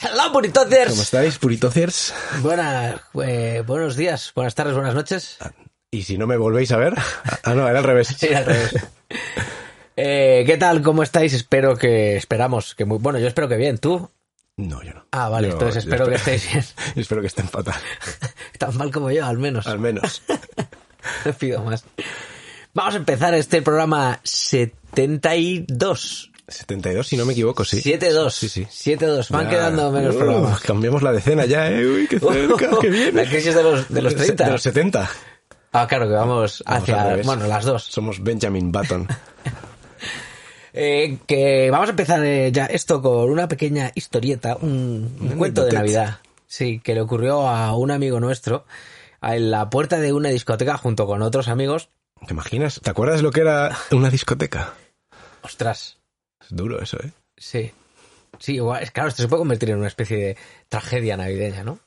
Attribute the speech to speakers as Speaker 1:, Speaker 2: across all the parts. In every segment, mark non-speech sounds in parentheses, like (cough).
Speaker 1: Hola, puritocers.
Speaker 2: ¿Cómo estáis, puritocers?
Speaker 1: Buenas, eh, buenos días, buenas tardes, buenas noches.
Speaker 2: ¿Y si no me volvéis a ver? Ah, no, era al revés.
Speaker 1: Sí, al revés. (laughs) Eh, ¿Qué tal? ¿Cómo estáis? Espero que, esperamos que muy, bueno, yo espero que bien, ¿tú?
Speaker 2: No, yo no.
Speaker 1: Ah, vale,
Speaker 2: Yo-
Speaker 1: entonces
Speaker 2: yo
Speaker 1: espero que estéis bien. (laughs)
Speaker 2: Espero que estén fatal,
Speaker 1: Tan mal como yo, al menos.
Speaker 2: al menos.
Speaker 1: (laughs) No pido más. Vamos a empezar este programa 72.
Speaker 2: 72, si no me equivoco, Pues sí.
Speaker 1: 7-2.
Speaker 2: Sí, sí.
Speaker 1: 7-2. Van
Speaker 2: Ya.
Speaker 1: quedando menos
Speaker 2: Uh,
Speaker 1: programas.
Speaker 2: Cambiamos la decena ya, ¿eh? Uy, qué cerca, qué
Speaker 1: (laughs)
Speaker 2: bien. ¿eh?
Speaker 1: La crisis de los,
Speaker 2: (laughs)
Speaker 1: de los 30.
Speaker 2: De los 70.
Speaker 1: Ah, claro, que vamos
Speaker 2: Vamos
Speaker 1: hacia...
Speaker 2: al revés.
Speaker 1: bueno, las dos.
Speaker 2: Somos Benjamin Button.
Speaker 1: Eh, que vamos a empezar eh, ya esto con una pequeña historieta, un, un
Speaker 2: Una
Speaker 1: cuento de
Speaker 2: anécdoteta.
Speaker 1: Navidad. Sí, que le ocurrió a un amigo nuestro a- en la puerta de una discoteca junto con otros amigos.
Speaker 2: ¿Te imaginas? ¿Te acuerdas lo que era una discoteca?
Speaker 1: Ostras,
Speaker 2: Es duro eso, ¿eh?
Speaker 1: sí. Sí, igual, es- claro, esto se puede convertir en una especie de tragedia navideña, ¿no?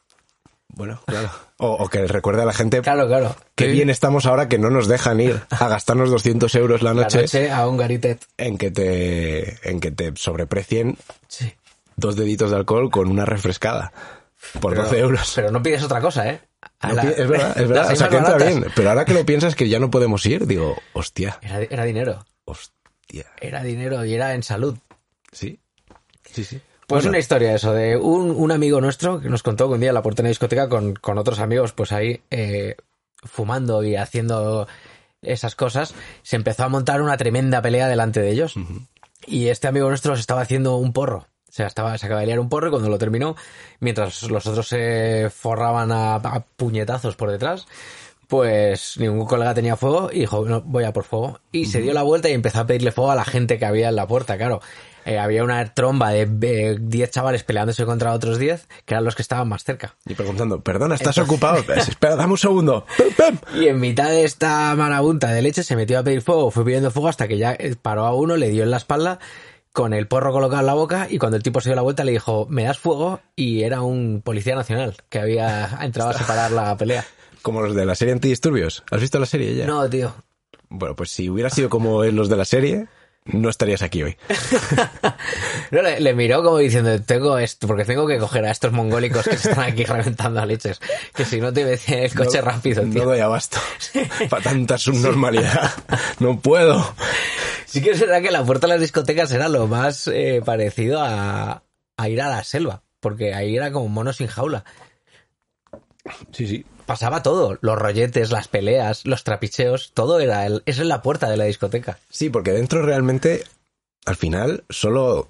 Speaker 2: Bueno, claro. O, o que recuerde a la gente
Speaker 1: Claro, claro.
Speaker 2: que
Speaker 1: Sí.
Speaker 2: bien estamos ahora que no nos dejan ir a gastarnos 200 euros la
Speaker 1: la
Speaker 2: noche,
Speaker 1: noche a un garitet.
Speaker 2: en que te en que te sobreprecien
Speaker 1: Sí.
Speaker 2: dos deditos de alcohol con una refrescada por
Speaker 1: Pero-
Speaker 2: 12 euros.
Speaker 1: Pero no pides otra cosa, ¿eh? (laughs) A
Speaker 2: No
Speaker 1: la-
Speaker 2: pi- es verdad, es verdad.
Speaker 1: (laughs) las
Speaker 2: O sea,
Speaker 1: hay
Speaker 2: que
Speaker 1: más
Speaker 2: entra
Speaker 1: baratas.
Speaker 2: bien. Pero ahora que lo piensas que ya no podemos ir, digo, hostia,
Speaker 1: Era, era dinero,
Speaker 2: hostia.
Speaker 1: era dinero y era en salud.
Speaker 2: Sí, sí, sí.
Speaker 1: Pues
Speaker 2: Bueno,
Speaker 1: una historia eso, de un, un amigo nuestro que nos contó que un día en la portería discoteca con, con otros amigos, pues ahí eh, fumando y haciendo esas cosas, se empezó a montar una tremenda pelea delante de ellos. Y este amigo nuestro se estaba haciendo un porro. O sea, estaba, se acaba de liar un porro y cuando lo terminó, mientras los otros se forraban a, a puñetazos por detrás, pues ningún colega tenía fuego y dijo, no, voy a por fuego. Y se dio la vuelta y empezó a pedirle fuego a la gente que había en la puerta, claro. Eh, había una tromba de eh, 10 chavales peleándose contra otros 10, que eran los que estaban más cerca.
Speaker 2: Y preguntando, perdona, ¿estás ocupado?
Speaker 1: (laughs)
Speaker 2: Pues, Espera, dame un segundo. Pam, pam.
Speaker 1: Y en mitad de esta marabunta de leche se metió a pedir fuego, fue pidiendo fuego hasta que ya eh, paró a uno, le dio en la espalda con el porro colocado en la boca y cuando el tipo se dio la vuelta le dijo, me das fuego y era un policía nacional que había (laughs) entrado a separar la pelea.
Speaker 2: Como los de la serie Antidisturbios. ¿Has visto la serie ya?
Speaker 1: No, tío.
Speaker 2: Bueno, pues si hubiera sido como los de la serie, no estarías aquí hoy.
Speaker 1: No, le, le miró como diciendo, tengo esto, porque tengo que coger a estos mongólicos que se están aquí (laughs) reventando a leches, que si no te meten en el coche
Speaker 2: No-
Speaker 1: rápido, tío.
Speaker 2: No
Speaker 1: (laughs)
Speaker 2: doy abasto. Para tanta subnormalidad. No puedo.
Speaker 1: Sí que será que la puerta de las discotecas era lo más eh, parecido a, a ir a la selva, porque ahí era como mono sin jaula.
Speaker 2: Sí, sí.
Speaker 1: Pasaba todo, los rolletes, las peleas, los trapicheos, todo era el, eso es la puerta de la discoteca.
Speaker 2: Sí, porque dentro realmente, al final, solo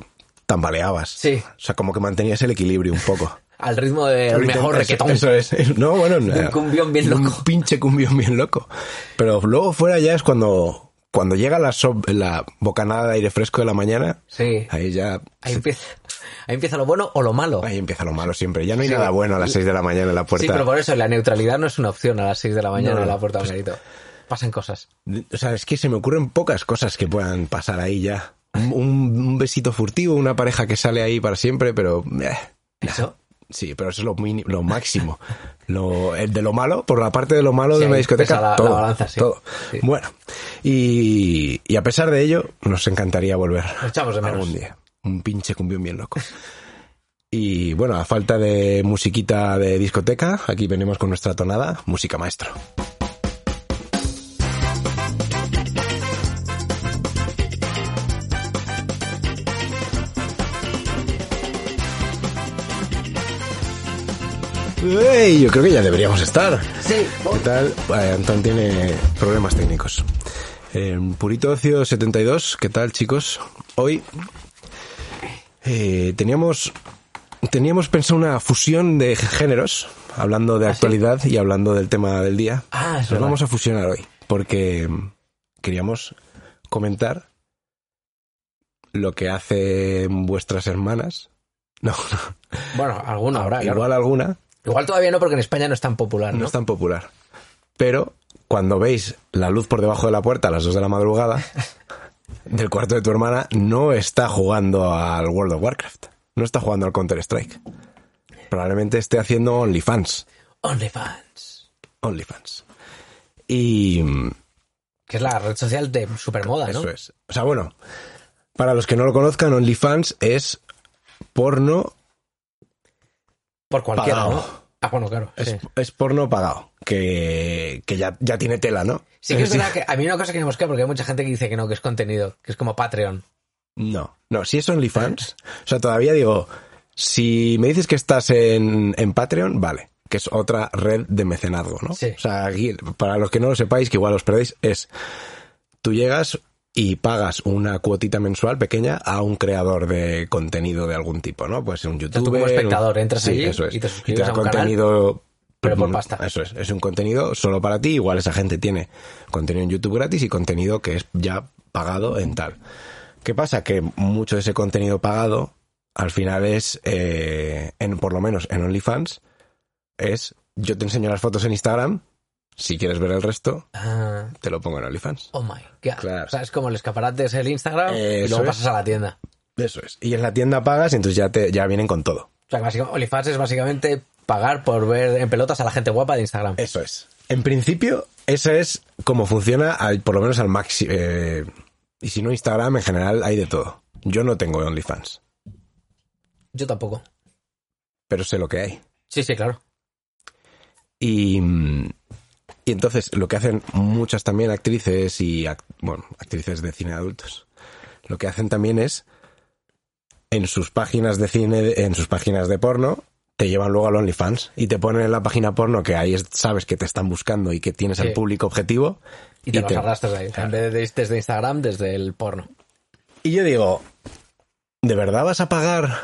Speaker 2: tambaleabas.
Speaker 1: Sí.
Speaker 2: O sea, como que mantenías el equilibrio un
Speaker 1: (laughs)
Speaker 2: poco.
Speaker 1: Al ritmo del mejor
Speaker 2: Eso-
Speaker 1: requetón.
Speaker 2: Eso es. (laughs) No, bueno, eh,
Speaker 1: un cumbión bien loco.
Speaker 2: Un pinche cumbión bien loco. Pero luego fuera ya es cuando, cuando llega la, so- la bocanada de aire fresco de la mañana.
Speaker 1: Sí.
Speaker 2: Ahí ya.
Speaker 1: Ahí empieza, ahí empieza lo bueno o lo malo.
Speaker 2: Ahí empieza lo malo siempre. Ya no hay
Speaker 1: Sí.
Speaker 2: nada bueno a las 6 de la mañana en la puerta.
Speaker 1: Sí, pero por eso la neutralidad no es una opción a las 6 de la mañana
Speaker 2: No, Pues
Speaker 1: en la puerta de un garito. Pasan cosas.
Speaker 2: O sea, es que se me ocurren pocas cosas que puedan pasar ahí ya. Un, un- un besito furtivo, una pareja que sale ahí para siempre, pero... eh,
Speaker 1: Eso.
Speaker 2: sí, pero eso es lo, mini- lo máximo. (laughs) Lo, el de lo malo, por la parte de lo malo
Speaker 1: Sí,
Speaker 2: de una
Speaker 1: ahí
Speaker 2: discoteca,
Speaker 1: pesa la- la
Speaker 2: todo.
Speaker 1: balanza, sí.
Speaker 2: todo.
Speaker 1: Sí.
Speaker 2: Bueno, y, y a pesar de ello, nos encantaría volver
Speaker 1: Lo echamos de menos.
Speaker 2: algún día. Un pinche cumbión bien loco. Y bueno, a falta de musiquita de discoteca, aquí venimos con nuestra tonada, música maestro. ¡Ey! Yo creo que ya deberíamos estar.
Speaker 1: Sí.
Speaker 2: ¿Qué tal? Eh, Antón tiene problemas técnicos. Eh, Purito Ocio 72, ¿qué tal chicos? Hoy eh, teníamos, teníamos pensado una fusión de géneros, hablando de actualidad y hablando del tema del día.
Speaker 1: Ah, es
Speaker 2: Nos
Speaker 1: verdad.
Speaker 2: vamos a fusionar hoy, porque mm, queríamos comentar lo que hacen vuestras hermanas No,
Speaker 1: Bueno, alguna habrá.
Speaker 2: no.
Speaker 1: claro.
Speaker 2: Igual alguna
Speaker 1: Igual todavía no, porque en España no es tan popular,
Speaker 2: no,
Speaker 1: Ah, ¿no?
Speaker 2: es tan popular. Pero cuando veis la luz por debajo de la puerta a las 2 de
Speaker 1: (laughs)
Speaker 2: la madrugada del cuarto de tu hermana, no está jugando al World of Warcraft. No está jugando al Counter-Strike. Probablemente esté haciendo OnlyFans.
Speaker 1: OnlyFans.
Speaker 2: OnlyFans. Y. mm,
Speaker 1: Que es la red social de supermoda, Ah, ¿no?
Speaker 2: Eso es. O sea, bueno, para los que no lo conozcan, OnlyFans es porno
Speaker 1: Por cualquiera,
Speaker 2: Pagado.
Speaker 1: ¿no? Ah, bueno, claro.
Speaker 2: Es, (laughs)
Speaker 1: sí.
Speaker 2: es porno pagado, que, que ya, ya tiene tela, ¿no?
Speaker 1: Sí que es
Speaker 2: (laughs) decir,
Speaker 1: verdad que a mí una cosa que me mosquea, porque hay mucha gente que dice que no, que es contenido, que es como Patreon.
Speaker 2: No, no, si es OnlyFans, o sea, todavía digo, si me dices que estás en, en Patreon, vale, que es otra red de mecenazgo, ¿no?
Speaker 1: Sí.
Speaker 2: O sea, aquí, para los que no lo sepáis, que igual os perdéis, es, tú llegas y pagas una cuotita mensual pequeña a un creador de contenido de algún tipo, ¿no? Pues un
Speaker 1: tú
Speaker 2: youtuber...
Speaker 1: como espectador entras
Speaker 2: sí,
Speaker 1: allí
Speaker 2: eso es.
Speaker 1: y te suscribes
Speaker 2: da
Speaker 1: a un canal,
Speaker 2: contenido...
Speaker 1: pero por
Speaker 2: Mm,
Speaker 1: pasta.
Speaker 2: Eso es, es un contenido solo para ti, igual esa gente tiene contenido en YouTube gratis y contenido que es ya pagado en tal. ¿Qué pasa? Que mucho de ese contenido pagado, al final es, eh, en, por lo menos en OnlyFans, es yo te enseño las fotos en Instagram, si quieres ver el resto,
Speaker 1: Ah,
Speaker 2: te lo pongo en OnlyFans.
Speaker 1: oh my god.
Speaker 2: Claro.
Speaker 1: O sea, es como el escaparate es el Instagram y
Speaker 2: Eso
Speaker 1: luego
Speaker 2: es.
Speaker 1: pasas a la tienda.
Speaker 2: Eso es. Y en la tienda pagas y entonces ya, te, ya vienen con todo.
Speaker 1: O sea, que básicamente, OnlyFans es básicamente pagar por ver en pelotas a la gente guapa de Instagram.
Speaker 2: Eso es. En principio, eso es como funciona, al- por lo menos al máximo. y si no, Instagram en general hay de todo. Yo no tengo OnlyFans,
Speaker 1: Yo tampoco.
Speaker 2: pero sé lo que hay.
Speaker 1: Sí, sí, claro.
Speaker 2: Y, mm, y entonces lo que hacen muchas también actrices y ac- bueno, actrices de cine de adultos, lo que hacen también es en sus páginas de cine, en sus páginas de porno, te llevan luego al OnlyFans y te ponen en la página porno que ahí es- sabes que te están buscando y que tienes
Speaker 1: Sí.
Speaker 2: al público objetivo.
Speaker 1: Y te los arrastras ahí. En vez de desde Instagram, desde el porno.
Speaker 2: Y yo digo, ¿de verdad vas a pagar?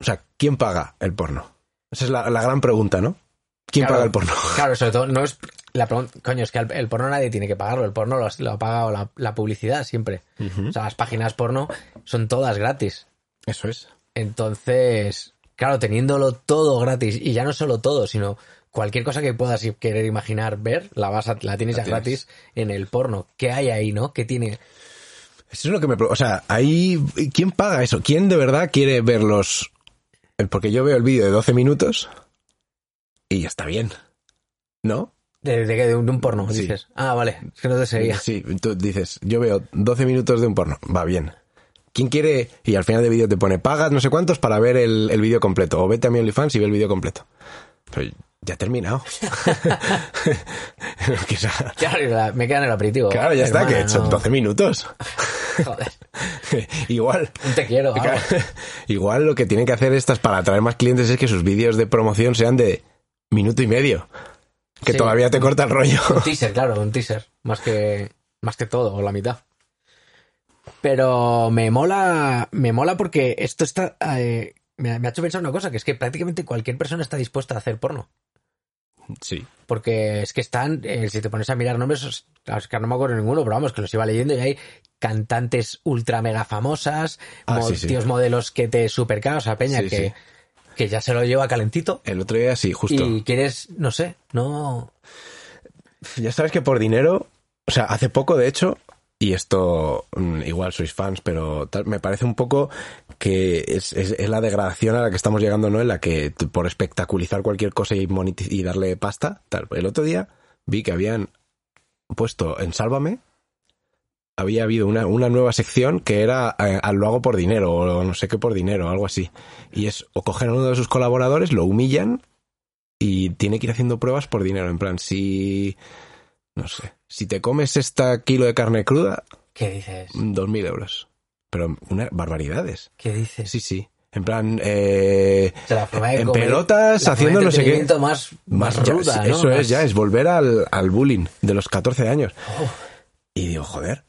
Speaker 2: O sea, ¿quién paga el porno? Esa es la, la gran pregunta, ¿no? ¿Quién
Speaker 1: Claro.
Speaker 2: paga el porno?
Speaker 1: Claro, sobre todo, no es la pregunta. Coño, es que el, el porno nadie tiene que pagarlo. El porno lo, lo ha pagado la, la publicidad siempre. O sea, las páginas porno son todas gratis.
Speaker 2: Eso es.
Speaker 1: Entonces, claro, teniéndolo todo gratis, y ya no solo todo, sino cualquier cosa que puedas i- querer imaginar ver, la vas a- la tienes
Speaker 2: La
Speaker 1: ya
Speaker 2: tienes.
Speaker 1: gratis en el porno. ¿Qué hay ahí, no? ¿Qué tiene?
Speaker 2: Eso es lo que me... pro- O sea, ahí... ¿Quién paga eso? ¿Quién de verdad quiere ver los... el- Porque yo veo el vídeo de 12 minutos y está bien. ¿No?
Speaker 1: ¿De, de, qué? de un, de un porno?
Speaker 2: Sí.
Speaker 1: Dices, ah, vale, es que no te seguía.
Speaker 2: Sí, tú dices, yo veo 12 minutos de un porno, va bien. ¿Quién quiere? Y al final del vídeo te pone, pagas no sé cuántos para ver el, el vídeo completo. O vete a mi OnlyFans y ve el vídeo completo. Pero ya
Speaker 1: (laughs)
Speaker 2: ha terminado. (laughs) Que sea-
Speaker 1: (laughs) Claro, y la- me quedan el aperitivo.
Speaker 2: claro, ya está, que
Speaker 1: Hermano,
Speaker 2: son 12 minutos.
Speaker 1: (laughs)
Speaker 2: (laughs)
Speaker 1: Joder,
Speaker 2: Igual.
Speaker 1: un te quiero. algo.
Speaker 2: (laughs) Igual lo que tienen que hacer estas para atraer más clientes es que sus vídeos de promoción sean de minuto y medio. Que
Speaker 1: Sí.
Speaker 2: todavía te corta el rollo. (laughs)
Speaker 1: Un teaser, claro, un teaser. Más que, más que todo, o la mitad. Pero me mola, me mola porque esto está. eh, me, ha- me ha hecho pensar una cosa, que es que prácticamente cualquier persona está dispuesta a hacer porno.
Speaker 2: Sí.
Speaker 1: Porque es que están, eh, si te pones a mirar nombres, os- claro, es que no me acuerdo ninguno, pero vamos, que los iba leyendo y hay cantantes ultra mega famosas,
Speaker 2: Ah,
Speaker 1: mo-
Speaker 2: sí, sí.
Speaker 1: tíos modelos que te supercan, o sea, Peña,
Speaker 2: Sí,
Speaker 1: que,
Speaker 2: sí.
Speaker 1: que ya se lo lleva calentito.
Speaker 2: El otro día sí, justo.
Speaker 1: Y quieres, no sé, no.
Speaker 2: Ya sabes que por dinero, o sea, hace poco de hecho, y esto mm, igual sois fans, pero tal, me parece un poco que es, es- es la degradación a la que estamos llegando, ¿no? En la que t- por espectaculizar cualquier cosa y, moneti- y darle pasta, tal. El otro día vi que habían puesto en Sálvame, había habido una, una nueva sección que era eh, lo hago por dinero o no sé qué por dinero, algo así. Y es o cogen a uno de sus colaboradores, lo humillan y tiene que ir haciendo pruebas por dinero. En plan, si. No sé. Si te comes esta kilo de carne cruda,
Speaker 1: ¿Qué dices?
Speaker 2: dos mil euros. Pero unas barbaridades.
Speaker 1: ¿Qué dices?
Speaker 2: Sí, sí. En plan, eh,
Speaker 1: O sea, la forma de
Speaker 2: en
Speaker 1: comer-
Speaker 2: pelotas,
Speaker 1: la forma de
Speaker 2: haciendo no sé qué.
Speaker 1: entretenimiento más, más
Speaker 2: ya-
Speaker 1: ruda,
Speaker 2: sí,
Speaker 1: ¿no?
Speaker 2: Eso
Speaker 1: Más-
Speaker 2: es, ya es volver al, al bullying de los 14 años.
Speaker 1: Uf,
Speaker 2: Y digo, joder,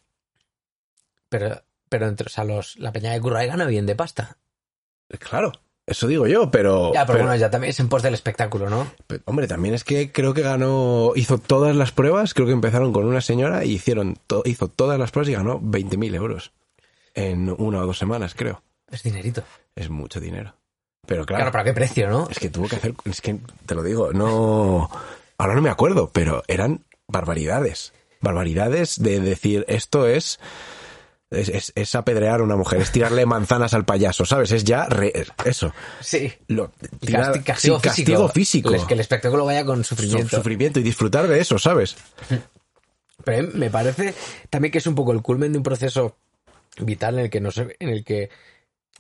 Speaker 1: pero, pero entre, o sea, los, la peña de Curray gana bien de pasta.
Speaker 2: claro, eso digo yo, pero.
Speaker 1: Ya, pero,
Speaker 2: Oh, pero-
Speaker 1: bueno, ya también es en pos del espectáculo, ¿no?
Speaker 2: Pero, hombre, también es que creo que ganó, hizo todas las pruebas, creo que empezaron con una señora y hicieron to- hizo todas las pruebas y ganó 20.000 euros en una o dos semanas, creo.
Speaker 1: Es dinerito.
Speaker 2: Es mucho dinero. Pero claro,
Speaker 1: Claro, ¿para qué precio, no?
Speaker 2: es que tuvo que hacer, es que te lo digo, no, ahora no me acuerdo, pero eran barbaridades, barbaridades de decir esto es, es, es- es apedrear a una mujer, es tirarle manzanas al payaso, ¿sabes? Es ya re- eso.
Speaker 1: Sí.
Speaker 2: Lo,
Speaker 1: Y
Speaker 2: tirar-
Speaker 1: casti- castigo,
Speaker 2: sí, castigo físico.
Speaker 1: Les- que el espectáculo vaya con
Speaker 2: Su-
Speaker 1: sufrimiento.
Speaker 2: sufrimiento y disfrutar de eso, ¿sabes?
Speaker 1: Pero eh, me parece también que es un poco el culmen de un proceso vital en el que no se- en el que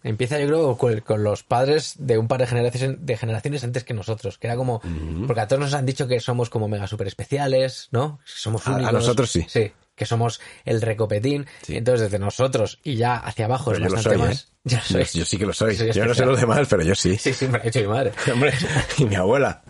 Speaker 1: empieza yo creo con, con los padres de un par de generaciones de generaciones antes que nosotros, que era como porque a todos nos han dicho que somos como mega super especiales, ¿no? Somos
Speaker 2: A- a
Speaker 1: únicos.
Speaker 2: nosotros sí.
Speaker 1: Sí, que somos el recopetín,
Speaker 2: Sí.
Speaker 1: entonces desde nosotros y ya hacia abajo es
Speaker 2: Pero yo lo
Speaker 1: bastante
Speaker 2: soy, ¿eh?
Speaker 1: más. (laughs) Ya lo
Speaker 2: Yo,
Speaker 1: sois.
Speaker 2: yo sí que lo soy.
Speaker 1: Soy
Speaker 2: yo no sé
Speaker 1: especial.
Speaker 2: los demás, pero yo sí.
Speaker 1: Sí, sí, me lo ha dicho mi madre.
Speaker 2: (laughs) Hombre, y mi abuela.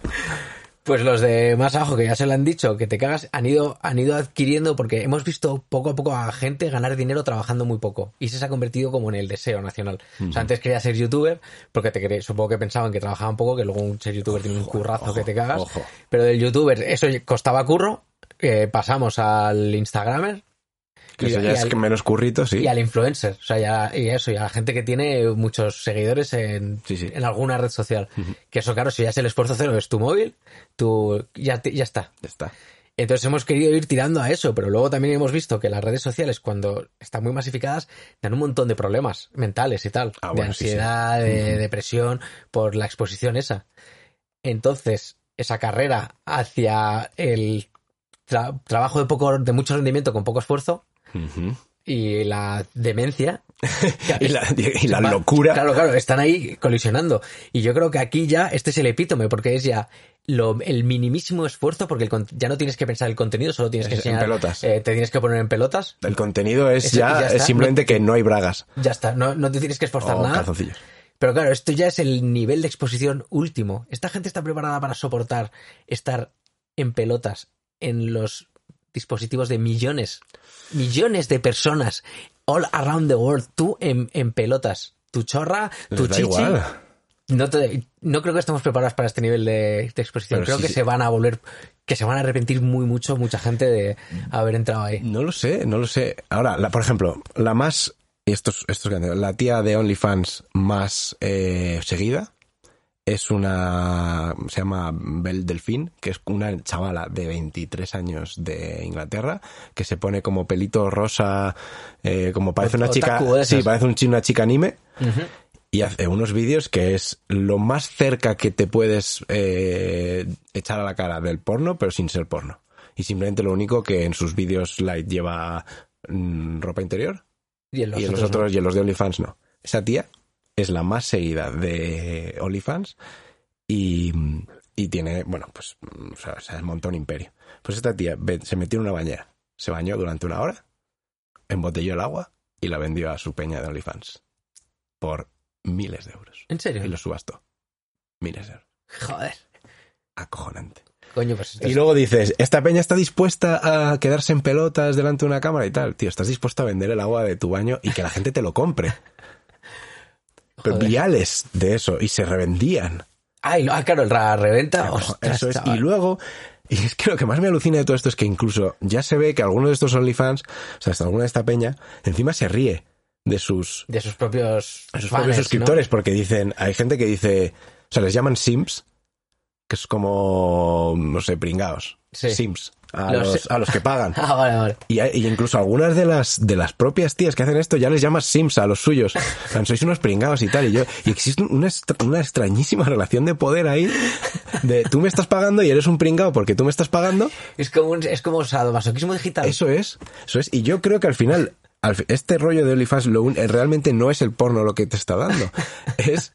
Speaker 1: Pues los de más abajo que ya se lo han dicho, que te cagas, han ido, han ido adquiriendo porque hemos visto poco a poco a gente ganar dinero trabajando muy poco. Y eso se ha convertido como en el deseo nacional. O sea, antes quería ser youtuber porque te cre- supongo que pensaban que trabajaban poco, que luego un ser youtuber tiene un currazo
Speaker 2: ojo,
Speaker 1: que te cagas.
Speaker 2: ojo.
Speaker 1: Pero del youtuber eso costaba curro. eh, pasamos al instagramer
Speaker 2: Que
Speaker 1: Y-
Speaker 2: eso ya
Speaker 1: y
Speaker 2: es
Speaker 1: al-
Speaker 2: que menos currito, sí.
Speaker 1: y al influencer. O sea, ya, y eso, y a la gente que tiene muchos seguidores en,
Speaker 2: Sí, sí.
Speaker 1: en alguna red social. Que eso, claro, si ya es el esfuerzo cero, es tu móvil, tu, ya, te- ya está.
Speaker 2: Ya está.
Speaker 1: Entonces hemos querido ir tirando a eso, pero luego también hemos visto que las redes sociales, cuando están muy masificadas, dan un montón de problemas mentales y tal.
Speaker 2: Ah,
Speaker 1: de
Speaker 2: bueno, sí, sí.
Speaker 1: ansiedad, de depresión, por la exposición esa. Entonces, esa carrera hacia el tra- trabajo de poco, de mucho rendimiento con poco esfuerzo
Speaker 2: Ujú.
Speaker 1: y la
Speaker 2: (laughs)
Speaker 1: demencia.
Speaker 2: Y la, y la
Speaker 1: Va-
Speaker 2: locura.
Speaker 1: Claro, claro, están ahí colisionando. Y yo creo que aquí ya este es el epítome, porque es ya lo- el minimísimo esfuerzo, porque el con- ya no tienes que pensar el contenido, solo tienes que
Speaker 2: Es en
Speaker 1: enseñar.
Speaker 2: pelotas.
Speaker 1: eh, te tienes que poner en pelotas.
Speaker 2: El contenido es
Speaker 1: Eso-
Speaker 2: ya,
Speaker 1: ya está.
Speaker 2: es simplemente que no hay bragas
Speaker 1: Ya está, no, no te tienes que esforzar
Speaker 2: o
Speaker 1: nada.
Speaker 2: calzoncillos.
Speaker 1: Pero claro, esto ya es el nivel de exposición último. Esta gente está preparada para soportar estar en pelotas en los dispositivos de millones, millones de personas all around the world, tú en, en pelotas. Tu chorra, tu
Speaker 2: Les da
Speaker 1: chichi,
Speaker 2: igual.
Speaker 1: no, te- no creo que estemos preparados para este nivel de, de exposición.
Speaker 2: Pero
Speaker 1: creo
Speaker 2: sí,
Speaker 1: que
Speaker 2: sí.
Speaker 1: se van a volver, que se van a arrepentir muy mucho mucha gente de haber entrado ahí.
Speaker 2: No lo sé, no lo sé. Ahora, la- por ejemplo, la más. y Esto es, esto es grande, la tía de OnlyFans más eh, seguida es una. Se llama Belle Delfín, que es una chavala de 23 años de Inglaterra, que se pone como pelito rosa, eh, como parece una chica.
Speaker 1: Otaku de
Speaker 2: Sí,
Speaker 1: esas.
Speaker 2: parece un chi- una chica anime. Y hace unos vídeos que es lo más cerca que te puedes eh, echar a la cara del porno, pero sin ser porno. Y simplemente lo único que en sus vídeos light lleva mm, ropa interior
Speaker 1: Y en los
Speaker 2: y en los
Speaker 1: otros,
Speaker 2: otros y en los de OnlyFans no. Esa tía es la más seguida de OnlyFans y, y tiene, bueno, pues o sea, o sea, se montó un imperio. Pues esta tía ve- se metió en una bañera, se bañó durante una hora, embotelló el agua y la vendió a su peña de OnlyFans por miles de euros.
Speaker 1: no. ¿En serio?
Speaker 2: Y lo subastó. Miles de euros.
Speaker 1: Joder.
Speaker 2: Acojonante.
Speaker 1: Coño, pues
Speaker 2: Y luego dices, esta peña está dispuesta a quedarse en pelotas delante de una cámara y tal. Tío, estás dispuesto a vender el agua de tu baño y que la gente te lo compre. Pero
Speaker 1: Joder.
Speaker 2: viales de eso y se revendían.
Speaker 1: Ay, no, ah, claro, la reventa.
Speaker 2: Ojo,
Speaker 1: Ah, Ostras,
Speaker 2: eso es.
Speaker 1: chaval.
Speaker 2: Y luego, y es que lo que más me alucina de todo esto es que incluso ya se ve que alguno de estos OnlyFans, o sea, hasta alguna de esta peña, encima se ríe de sus,
Speaker 1: de sus propios,
Speaker 2: de sus
Speaker 1: fans,
Speaker 2: propios
Speaker 1: ¿no?
Speaker 2: suscriptores porque dicen, hay gente que dice, o sea, les llaman Sims, que es como, no sé, pringados.
Speaker 1: Sí.
Speaker 2: Sims. A
Speaker 1: Los-
Speaker 2: los- a los que pagan.
Speaker 1: (laughs) Ah, vale, vale.
Speaker 2: Y, hay- y incluso algunas de las de las propias tías que hacen esto ya les llamas Sims a los suyos. En plan, Sois unos pringados y tal. Y yo, y existe una, estra- una extrañísima relación de poder ahí. De tú me estás pagando y eres un pringado porque tú me estás pagando.
Speaker 1: Es como, un, es como sadomasoquismo digital.
Speaker 2: Eso es. Eso es. Y yo creo que al final, al fi- este rollo de OnlyFans lo un- eh, realmente no es el porno lo que te
Speaker 1: (laughs)
Speaker 2: está dando. Es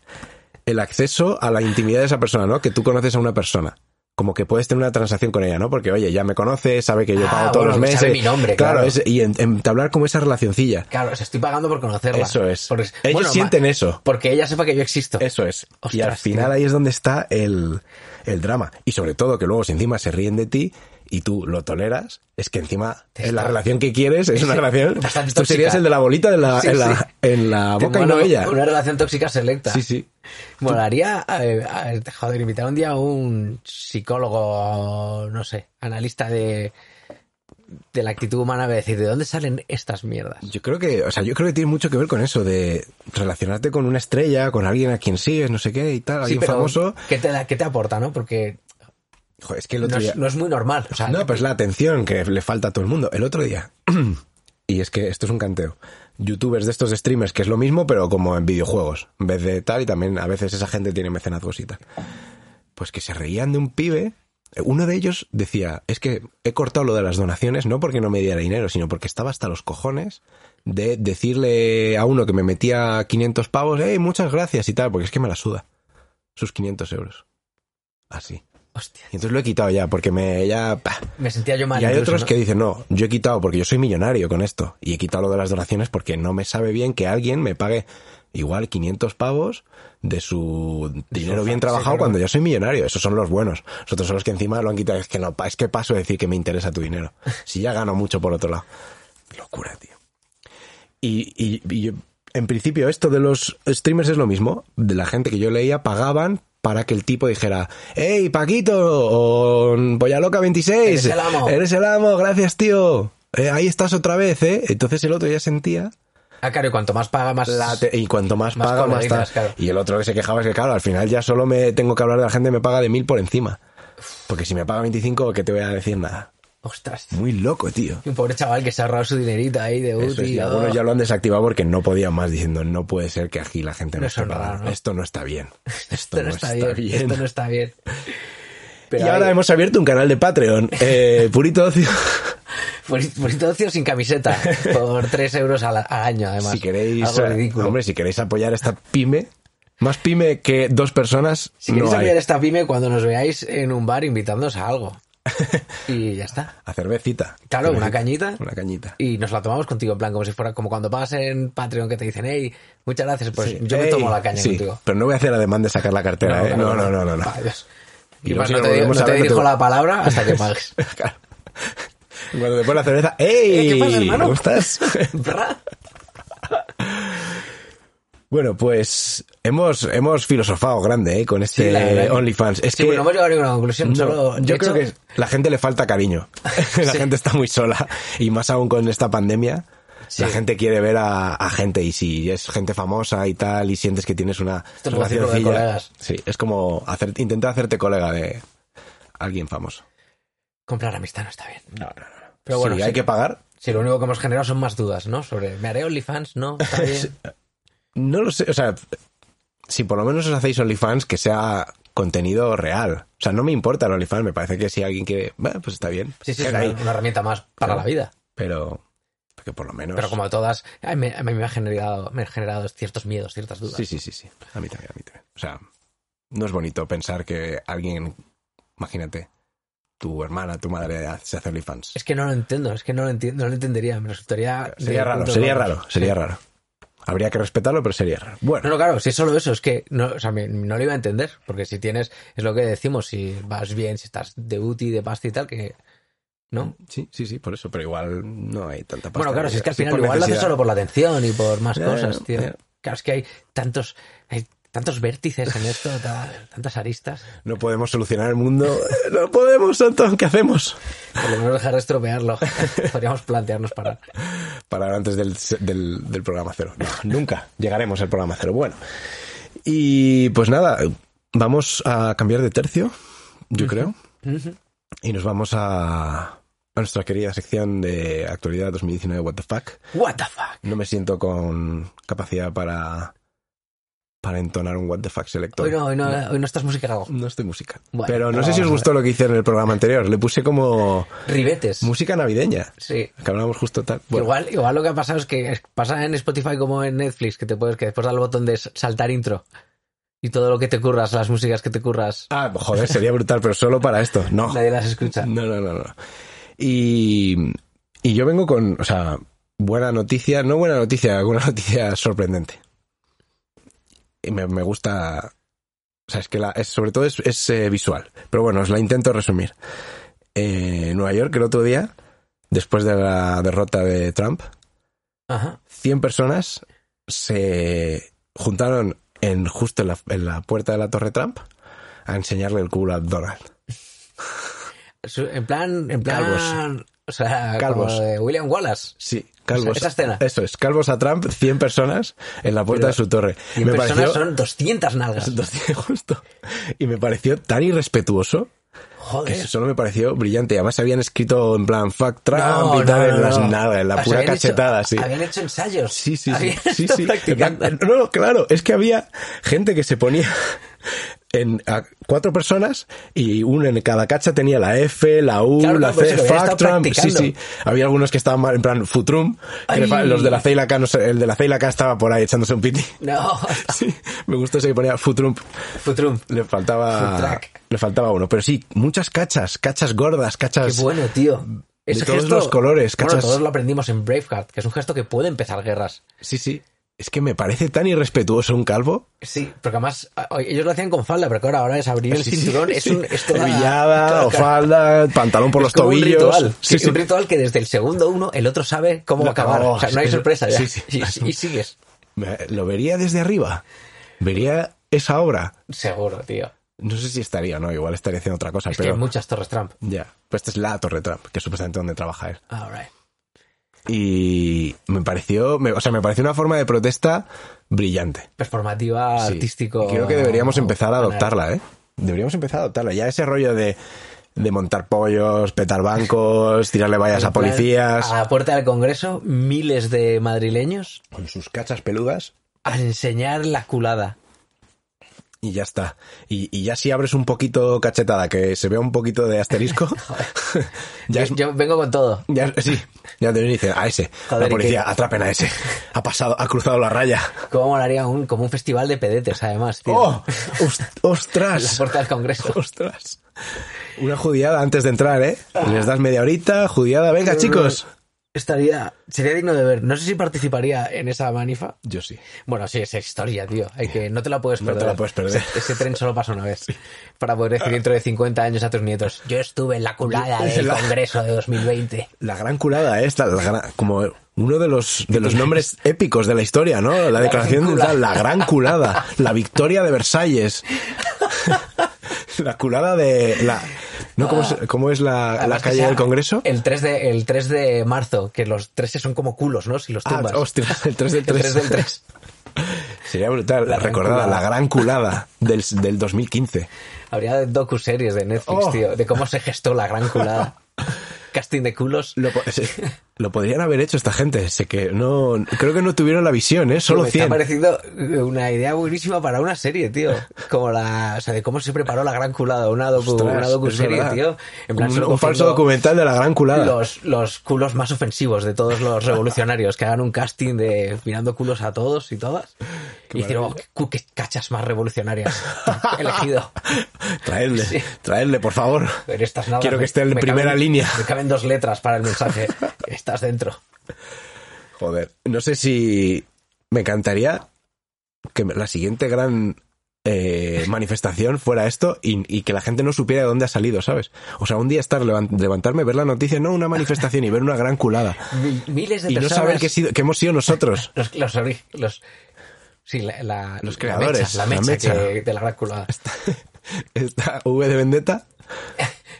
Speaker 2: el acceso a la intimidad de esa persona, ¿no? Que tú conoces a una persona. Como que puedes tener una transacción con ella, ¿no? Porque, oye, ya me conoce, sabe que yo
Speaker 1: Ah,
Speaker 2: pago todos
Speaker 1: bueno,
Speaker 2: los meses.
Speaker 1: sabe mi nombre, claro.
Speaker 2: es- y en- entablar como esa relacioncilla.
Speaker 1: Claro, o sea, estoy pagando por conocerla.
Speaker 2: Eso es.
Speaker 1: Porque,
Speaker 2: Ellos
Speaker 1: bueno,
Speaker 2: sienten
Speaker 1: ma-
Speaker 2: eso.
Speaker 1: Porque ella sepa que yo existo.
Speaker 2: Eso es. y
Speaker 1: Ostras,
Speaker 2: al final
Speaker 1: tío.
Speaker 2: ahí es donde está el, el drama. Y sobre todo que luego si encima se ríen de ti y tú lo toleras, es que encima
Speaker 1: Te
Speaker 2: es la
Speaker 1: está-
Speaker 2: relación que quieres, es una relación...
Speaker 1: Bastante
Speaker 2: Tú serías
Speaker 1: tóxica.
Speaker 2: el de la bolita de la-
Speaker 1: Sí,
Speaker 2: en,
Speaker 1: sí.
Speaker 2: la, en la boca y
Speaker 1: Tengo
Speaker 2: no
Speaker 1: una,
Speaker 2: ella.
Speaker 1: Una relación tóxica selecta.
Speaker 2: Sí, sí.
Speaker 1: Molaría, eh, a- joder, invitar un día a un psicólogo, no sé, analista de, de la actitud humana de decir, ¿de dónde salen estas mierdas?
Speaker 2: Yo creo que, o sea, yo creo que tiene mucho que ver con eso, de relacionarte con una estrella, con alguien a quien sigues, no sé qué y tal, alguien
Speaker 1: pero
Speaker 2: famoso.
Speaker 1: ¿qué te, da- ¿Qué te aporta, no? Porque
Speaker 2: Joder, es que el
Speaker 1: no
Speaker 2: otro día.
Speaker 1: es, no es muy normal. O sea,
Speaker 2: No, pues la atención que le falta a todo el mundo. El otro día, (clears throat) y es que esto es un canteo, youtubers de estos streamers, que es lo mismo, pero como en videojuegos, en vez de tal, y también a veces esa gente tiene mecenazgos y tal. Pues que se reían de un pibe. Uno de ellos decía, es que he cortado lo de las donaciones, no porque no me diera dinero, sino porque estaba hasta los cojones de decirle a uno que me metía 500 pavos, hey, muchas gracias y tal, porque es que me la suda. Sus 500 euros. Así.
Speaker 1: hostia,
Speaker 2: Y entonces lo he quitado ya, porque me ya... pa.
Speaker 1: me sentía yo mal.
Speaker 2: Y hay
Speaker 1: incluso,
Speaker 2: otros
Speaker 1: ¿no?
Speaker 2: que dicen, no, yo he quitado porque yo soy millonario con esto. Y he quitado lo de las donaciones porque no me sabe bien que alguien me pague igual 500 pavos de su dinero
Speaker 1: fa-
Speaker 2: bien
Speaker 1: sí,
Speaker 2: trabajado
Speaker 1: claro.
Speaker 2: cuando yo soy millonario. Esos son los buenos. Los otros son los que encima lo han quitado. Es que no, pa- es que paso a decir que me interesa tu dinero. Si ya gano mucho por otro lado. Locura, tío. Y, y- y yo- en principio esto de los streamers es lo mismo. De la gente que yo leía pagaban para que el tipo dijera, hey Paquito o Pollaloca 26,
Speaker 1: Eres el amo.
Speaker 2: Eres el amo, gracias tío. Eh, ahí estás otra vez, ¿eh? Entonces el otro ya sentía
Speaker 1: Ah, claro, y cuanto más paga, más...
Speaker 2: la te- y cuanto más,
Speaker 1: Más
Speaker 2: paga, más tal.
Speaker 1: coloridas, claro.
Speaker 2: Y el otro que se quejaba es que, claro, al final ya solo me tengo que hablar de la gente que me paga de mil por encima. Porque si me paga 25, que te voy a decir nada.
Speaker 1: Ostras.
Speaker 2: Muy loco, tío.
Speaker 1: Y un pobre chaval que se ha ahorrado su dinerito ahí de
Speaker 2: Eso es,
Speaker 1: UTI.
Speaker 2: y
Speaker 1: oh.
Speaker 2: algunos ya lo han desactivado porque no podían más diciendo no puede ser que aquí la gente no,
Speaker 1: No
Speaker 2: esté
Speaker 1: son raro,
Speaker 2: pagando.
Speaker 1: ¿no?
Speaker 2: Esto no está bien.
Speaker 1: (laughs)
Speaker 2: Esto,
Speaker 1: Esto no está, bien, Esto no está
Speaker 2: (laughs)
Speaker 1: bien. Pero
Speaker 2: y ahora
Speaker 1: ahí-
Speaker 2: (laughs) hemos abierto un canal de
Speaker 1: (laughs)
Speaker 2: Patreon. Eh, purito ocio.
Speaker 1: Puri- Purito Ocio sin camiseta, por 3 euros al, al año, además.
Speaker 2: si queréis,
Speaker 1: Algo
Speaker 2: eh,
Speaker 1: ridículo.
Speaker 2: hombre, si queréis apoyar esta pyme, más pyme que dos personas,
Speaker 1: si
Speaker 2: no
Speaker 1: queréis
Speaker 2: hay.
Speaker 1: apoyar esta pyme, cuando nos veáis en un bar, invitándonos a
Speaker 2: (laughs)
Speaker 1: algo. Y ya está.
Speaker 2: A cervecita.
Speaker 1: Claro, una
Speaker 2: Cervecita.
Speaker 1: cañita.
Speaker 2: (laughs) Una cañita.
Speaker 1: Y nos la tomamos contigo, en plan, como si fuera como cuando pagas en Patreon que te dicen, hey, muchas gracias, pues
Speaker 2: Sí.
Speaker 1: yo me
Speaker 2: Ey,
Speaker 1: tomo la caña
Speaker 2: sí,
Speaker 1: contigo.
Speaker 2: Pero no voy a hacer ademán de sacar la cartera, ¿eh? No, no, no, no. no.
Speaker 1: Ah, Dios.
Speaker 2: Y
Speaker 1: Y,
Speaker 2: luego
Speaker 1: más,
Speaker 2: si
Speaker 1: no
Speaker 2: nos
Speaker 1: te, digo-
Speaker 2: volvemos
Speaker 1: no
Speaker 2: a
Speaker 1: te
Speaker 2: ver, no te
Speaker 1: dirijo
Speaker 2: digo-
Speaker 1: la palabra hasta que pagues.
Speaker 2: Claro. (laughs) Cuando te pones la cerveza, ¡Ey!
Speaker 1: Eh, ¿qué pasa, hermano?
Speaker 2: ¿Cómo estás?
Speaker 1: (laughs) (laughs) ¿Verdad?
Speaker 2: Bueno, pues hemos, hemos filosofado grande ¿eh? con
Speaker 1: Sí, la verdad
Speaker 2: este
Speaker 1: que-
Speaker 2: OnlyFans. Es
Speaker 1: sí,
Speaker 2: que
Speaker 1: bueno, no hemos llegado a ninguna conclusión.
Speaker 2: no,
Speaker 1: solo, de
Speaker 2: yo creo
Speaker 1: hecho,
Speaker 2: que la gente le falta cariño. (laughs) la
Speaker 1: Sí.
Speaker 2: gente está muy sola y más aún con esta pandemia.
Speaker 1: Sí.
Speaker 2: La gente quiere ver a, a gente y si es gente famosa y tal y sientes que tienes una
Speaker 1: es como círculo de
Speaker 2: relacioncilla-
Speaker 1: colegas.
Speaker 2: Sí, es como hacer, intentar hacerte colega de alguien famoso.
Speaker 1: comprar amistad no está bien. Pero bueno,
Speaker 2: Sí, hay
Speaker 1: sí.
Speaker 2: que pagar.
Speaker 1: Si lo único que hemos generado son más dudas, ¿no? Sobre, ¿me haré OnlyFans? No,
Speaker 2: (laughs)
Speaker 1: está bien.
Speaker 2: No lo sé, o sea, si por lo menos os hacéis OnlyFans, que sea contenido real. O sea, no me importa el OnlyFans, me parece que si alguien quiere, bueno, pues está bien.
Speaker 1: Sí, sí,
Speaker 2: que
Speaker 1: es
Speaker 2: haga
Speaker 1: una,
Speaker 2: ahí.
Speaker 1: una herramienta más para
Speaker 2: Claro.
Speaker 1: la vida.
Speaker 2: Pero que por lo menos...
Speaker 1: Pero como todas, ay, me, a mí me ha generado, me ha generado ciertos miedos, ciertas dudas.
Speaker 2: Sí, sí, sí, sí. A mí también, a mí también. O sea, no es bonito pensar que alguien, imagínate, tu hermana, tu madre se hace OnlyFans.
Speaker 1: Es que no lo entiendo, es que no lo entiendo, no lo entendería, me resultaría...
Speaker 2: Sería
Speaker 1: de
Speaker 2: raro,
Speaker 1: puntos
Speaker 2: sería
Speaker 1: locos.
Speaker 2: raro, sería
Speaker 1: Sí.
Speaker 2: raro. Habría que respetarlo, pero sería raro. Bueno,
Speaker 1: No, no, claro, si es solo eso, es que no, o sea, me- no lo iba a entender, porque si tienes, es lo que decimos, si vas bien, si estás de booty, de pasta y tal, que... ¿No?
Speaker 2: sí, sí, sí, por eso, pero igual no hay tanta pasta.
Speaker 1: Bueno, claro, si es que al
Speaker 2: Sí,
Speaker 1: final
Speaker 2: por
Speaker 1: igual lo haces
Speaker 2: necesidad.
Speaker 1: solo por la atención y por más
Speaker 2: Ya,
Speaker 1: cosas,
Speaker 2: ya,
Speaker 1: tío.
Speaker 2: ya.
Speaker 1: Claro, es que hay tantos, hay tantos vértices en (laughs) esto, tal, tantas aristas.
Speaker 2: No podemos solucionar el mundo. No podemos, Antón. ¿Qué hacemos?
Speaker 1: Por lo menos dejar de estropearlo. (laughs) Podríamos plantearnos parar.
Speaker 2: Para antes del, del, del programa cero. No, nunca llegaremos al programa cero. Bueno. Y pues nada, vamos a cambiar de tercio, yo creo. Y nos vamos a, a nuestra querida sección de actualidad 2019, What the fuck.
Speaker 1: What the fuck.
Speaker 2: No me siento con capacidad para, para entonar un What the fuck selector.
Speaker 1: Hoy no, hoy no, hoy no estás musical.
Speaker 2: No estoy musical.
Speaker 1: Bueno,
Speaker 2: Pero no
Speaker 1: pero
Speaker 2: sé si
Speaker 1: vamos
Speaker 2: os
Speaker 1: a
Speaker 2: gustó lo que hice en el programa anterior. Le puse como
Speaker 1: Ribetes.
Speaker 2: música navideña.
Speaker 1: Sí.
Speaker 2: Que hablábamos justo tal. Bueno,
Speaker 1: Igual, igual lo que ha pasado es que es- pasa en Spotify como en Netflix, que te puedes que después da el botón de s- saltar intro. Y todo lo que te curras, las músicas que te curras,
Speaker 2: Ah, joder, sería brutal, pero solo para esto. No.
Speaker 1: nadie las escucha.
Speaker 2: No, no, no, no. Y, y yo vengo con, o sea, buena noticia, no buena noticia, alguna (laughs) noticia sorprendente. Y me, me gusta. O sea, es que la, es, sobre todo es, es, eh, visual. Pero bueno, os la intento resumir. Eh, Nueva York, el otro día, después de la derrota de Trump,
Speaker 1: Ajá.
Speaker 2: 100 personas se juntaron en justo en la, en la puerta de la Torre Trump a enseñarle el culo a Donald.
Speaker 1: su- en plan, en plan,
Speaker 2: Calvos.
Speaker 1: o sea,
Speaker 2: Calvos.
Speaker 1: como de William Wallace.
Speaker 2: Sí, calvos.
Speaker 1: Esa- esa escena.
Speaker 2: Eso es, calvos a Trump, 100 personas en la puerta
Speaker 1: Pero-
Speaker 2: de su torre.
Speaker 1: Y en personas son 200 nalgas.
Speaker 2: (laughs) Entonces, justo. Y me pareció tan irrespetuoso que
Speaker 1: Joder.
Speaker 2: eso solo me pareció brillante. Además, habían escrito en plan fuck Trump
Speaker 1: No,
Speaker 2: y tal,
Speaker 1: no, no,
Speaker 2: en las
Speaker 1: no.
Speaker 2: nada, en la
Speaker 1: O sea,
Speaker 2: pura
Speaker 1: habían hecho-
Speaker 2: cachetada, sí.
Speaker 1: Habían hecho ensayos.
Speaker 2: Sí, sí, sí.
Speaker 1: Habían
Speaker 2: sí,
Speaker 1: estado
Speaker 2: sí.
Speaker 1: practicando.
Speaker 2: En plan, No, no, claro, es que había gente que se ponía (laughs) en a cuatro personas y uno en cada cacha tenía la F, la U,
Speaker 1: Claro,
Speaker 2: la
Speaker 1: no, por
Speaker 2: C,
Speaker 1: eso, que habían
Speaker 2: fuck
Speaker 1: estado
Speaker 2: Trump. Sí,
Speaker 1: practicando.
Speaker 2: sí. Había algunos que estaban mal, en plan Futrum. que le-
Speaker 1: Ay.
Speaker 2: los de la C y la K, no sé, el de la C y la K estaba por ahí echándose un piti. (laughs)
Speaker 1: No,
Speaker 2: Sí, me gustó ese que ponía Futrum.
Speaker 1: Futrum.
Speaker 2: Le
Speaker 1: Food
Speaker 2: faltaba,
Speaker 1: track.
Speaker 2: le faltaba uno. Pero sí, muchas cachas, cachas gordas,
Speaker 1: Qué
Speaker 2: cachas.
Speaker 1: bueno, tío.
Speaker 2: de todos los colores,
Speaker 1: bueno,
Speaker 2: cachas.
Speaker 1: todos lo aprendimos en Braveheart, que es un gesto que puede empezar guerras.
Speaker 2: Sí, sí. Es que me parece tan irrespetuoso un calvo.
Speaker 1: Sí, porque además a- o- ellos lo hacían con falda, pero claro, ahora es abrir el
Speaker 2: Sí, sí,
Speaker 1: cinturón,
Speaker 2: sí.
Speaker 1: es un es toda-
Speaker 2: Hebillada
Speaker 1: toda-
Speaker 2: o falda, pantalón por
Speaker 1: es
Speaker 2: los
Speaker 1: como
Speaker 2: tobillos.
Speaker 1: Un ritual, sí,
Speaker 2: Sí, sí.
Speaker 1: un ritual que desde el segundo uno el otro sabe cómo
Speaker 2: No,
Speaker 1: acabar. o sea, no hay
Speaker 2: es-
Speaker 1: sorpresa ya.
Speaker 2: sí, sí.
Speaker 1: Y, y sigues.
Speaker 2: Me- Lo vería desde arriba. Vería esa obra.
Speaker 1: Seguro, tío.
Speaker 2: No sé si estaría, no, igual estaría haciendo otra cosa,
Speaker 1: Es que
Speaker 2: Ah, pero
Speaker 1: hay muchas Torres Trump.
Speaker 2: ya. Pues esta es la Torre Trump, que es supuestamente donde trabaja él.
Speaker 1: All right.
Speaker 2: Y me pareció, me- o sea, me pareció una forma de protesta brillante.
Speaker 1: Performativa,
Speaker 2: Sí.
Speaker 1: artístico.
Speaker 2: Y Creo que deberíamos empezar a
Speaker 1: ganar.
Speaker 2: adoptarla, ¿eh? Deberíamos empezar a adoptarla. Ya ese rollo de, de montar pollos, petar bancos, tirarle vallas
Speaker 1: En
Speaker 2: a
Speaker 1: plan,
Speaker 2: policías.
Speaker 1: A la puerta del Congreso, miles de madrileños
Speaker 2: Con sus cachas peludas.
Speaker 1: a enseñar la culada.
Speaker 2: Y ya está. Y, y ya si abres un poquito cachetada, que se vea un poquito de
Speaker 1: (laughs)
Speaker 2: asterisco, (laughs) ya es...
Speaker 1: Yo- Yo vengo con todo.
Speaker 2: Ya, es- sí, ya te viene y dice, a ese.
Speaker 1: Joder,
Speaker 2: la
Speaker 1: ¿y
Speaker 2: policía,
Speaker 1: qué?
Speaker 2: atrapen a ese. Ha pasado, ha cruzado la raya.
Speaker 1: ¿Cómo molaría un, como un festival de pedetes, además, tío?
Speaker 2: ¡Oh! Os-
Speaker 1: En la
Speaker 2: ¡Ostras!
Speaker 1: puerta del Congreso.
Speaker 2: (laughs) ¡Ostras! Una judiada antes de entrar, ¿eh?
Speaker 1: Ah.
Speaker 2: Les das media horita, judiada, venga chicos.
Speaker 1: Estaría, sería digno de ver. No sé si participaría en esa manifa.
Speaker 2: Yo sí.
Speaker 1: Bueno, sí, esa historia, tío. Hay que, no te la puedes
Speaker 2: No te
Speaker 1: perder.
Speaker 2: la puedes perder.
Speaker 1: Ese, ese tren solo pasa una vez. Para poder decir dentro de 50 años a tus nietos, yo estuve en la culada del
Speaker 2: La-
Speaker 1: Congreso de 2020.
Speaker 2: La gran curada, ¿eh? Esta, la gran- como uno de los, de
Speaker 1: (laughs)
Speaker 2: los nombres épicos de la historia, ¿no? La declaración de
Speaker 1: gran
Speaker 2: la gran culada, la victoria de Versalles.
Speaker 1: (laughs)
Speaker 2: la culada de la... ¿no? ¿Cómo, es, cómo es la, la
Speaker 1: Además Ah. que
Speaker 2: calle
Speaker 1: sea
Speaker 2: del Congreso?
Speaker 1: El 3, de, el 3 de marzo, que los 3 son como culos, ¿no? Si los
Speaker 2: Ah,
Speaker 1: tumbas.
Speaker 2: ostras, el 3 del
Speaker 1: el 3
Speaker 2: 3.
Speaker 1: del 3.
Speaker 2: (laughs) Sería brutal.
Speaker 1: La gran
Speaker 2: recordada,
Speaker 1: culada.
Speaker 2: la gran culada del, del 2015.
Speaker 1: Habría docu-series de Netflix,
Speaker 2: Oh.
Speaker 1: tío, de cómo se gestó la gran
Speaker 2: (laughs)
Speaker 1: culada. Casting de culos.
Speaker 2: Lo, po-
Speaker 1: (laughs)
Speaker 2: lo podrían haber hecho esta gente. Sé que no, creo que no tuvieron la visión, ¿eh? Solo
Speaker 1: Pues me está
Speaker 2: 100.
Speaker 1: pareciendo una idea buenísima para una serie, tío. Como la, o sea, de cómo se preparó la gran culada, una docu,
Speaker 2: Ostras,
Speaker 1: una
Speaker 2: es
Speaker 1: docu-serie,
Speaker 2: verdad.
Speaker 1: tío. En plan,
Speaker 2: un,
Speaker 1: solo
Speaker 2: un falso
Speaker 1: cogiendo
Speaker 2: documental de la gran culada.
Speaker 1: Los, los culos más ofensivos de todos los revolucionarios que hagan un casting de mirando culos a todos y todas. y decir, oh, qué, cu- qué cachas más revolucionarias he elegido.
Speaker 2: (laughs) Traedle,
Speaker 1: Sí.
Speaker 2: traedle, por favor.
Speaker 1: Pero estas nada,
Speaker 2: Quiero que
Speaker 1: me-
Speaker 2: esté en
Speaker 1: me
Speaker 2: primera
Speaker 1: caben-
Speaker 2: línea.
Speaker 1: Me caben dos letras para el mensaje. Estás dentro.
Speaker 2: Joder, no sé si me encantaría que la siguiente gran eh, manifestación fuera esto y, y que la gente no supiera de dónde ha salido, ¿sabes? O sea, un día estar levan- levantarme, ver la noticia, no una manifestación y ver una gran culada
Speaker 1: Mi- Miles de
Speaker 2: y no
Speaker 1: personas.
Speaker 2: saber que, he sido- que hemos
Speaker 1: (laughs)
Speaker 2: sido nosotros.
Speaker 1: Los, los, ori- los, sí, la- la-
Speaker 2: Los
Speaker 1: la
Speaker 2: creadores,
Speaker 1: mecha, La
Speaker 2: la
Speaker 1: mecha,
Speaker 2: mecha.
Speaker 1: que- de la gran culada.
Speaker 2: Esta V de Vendetta,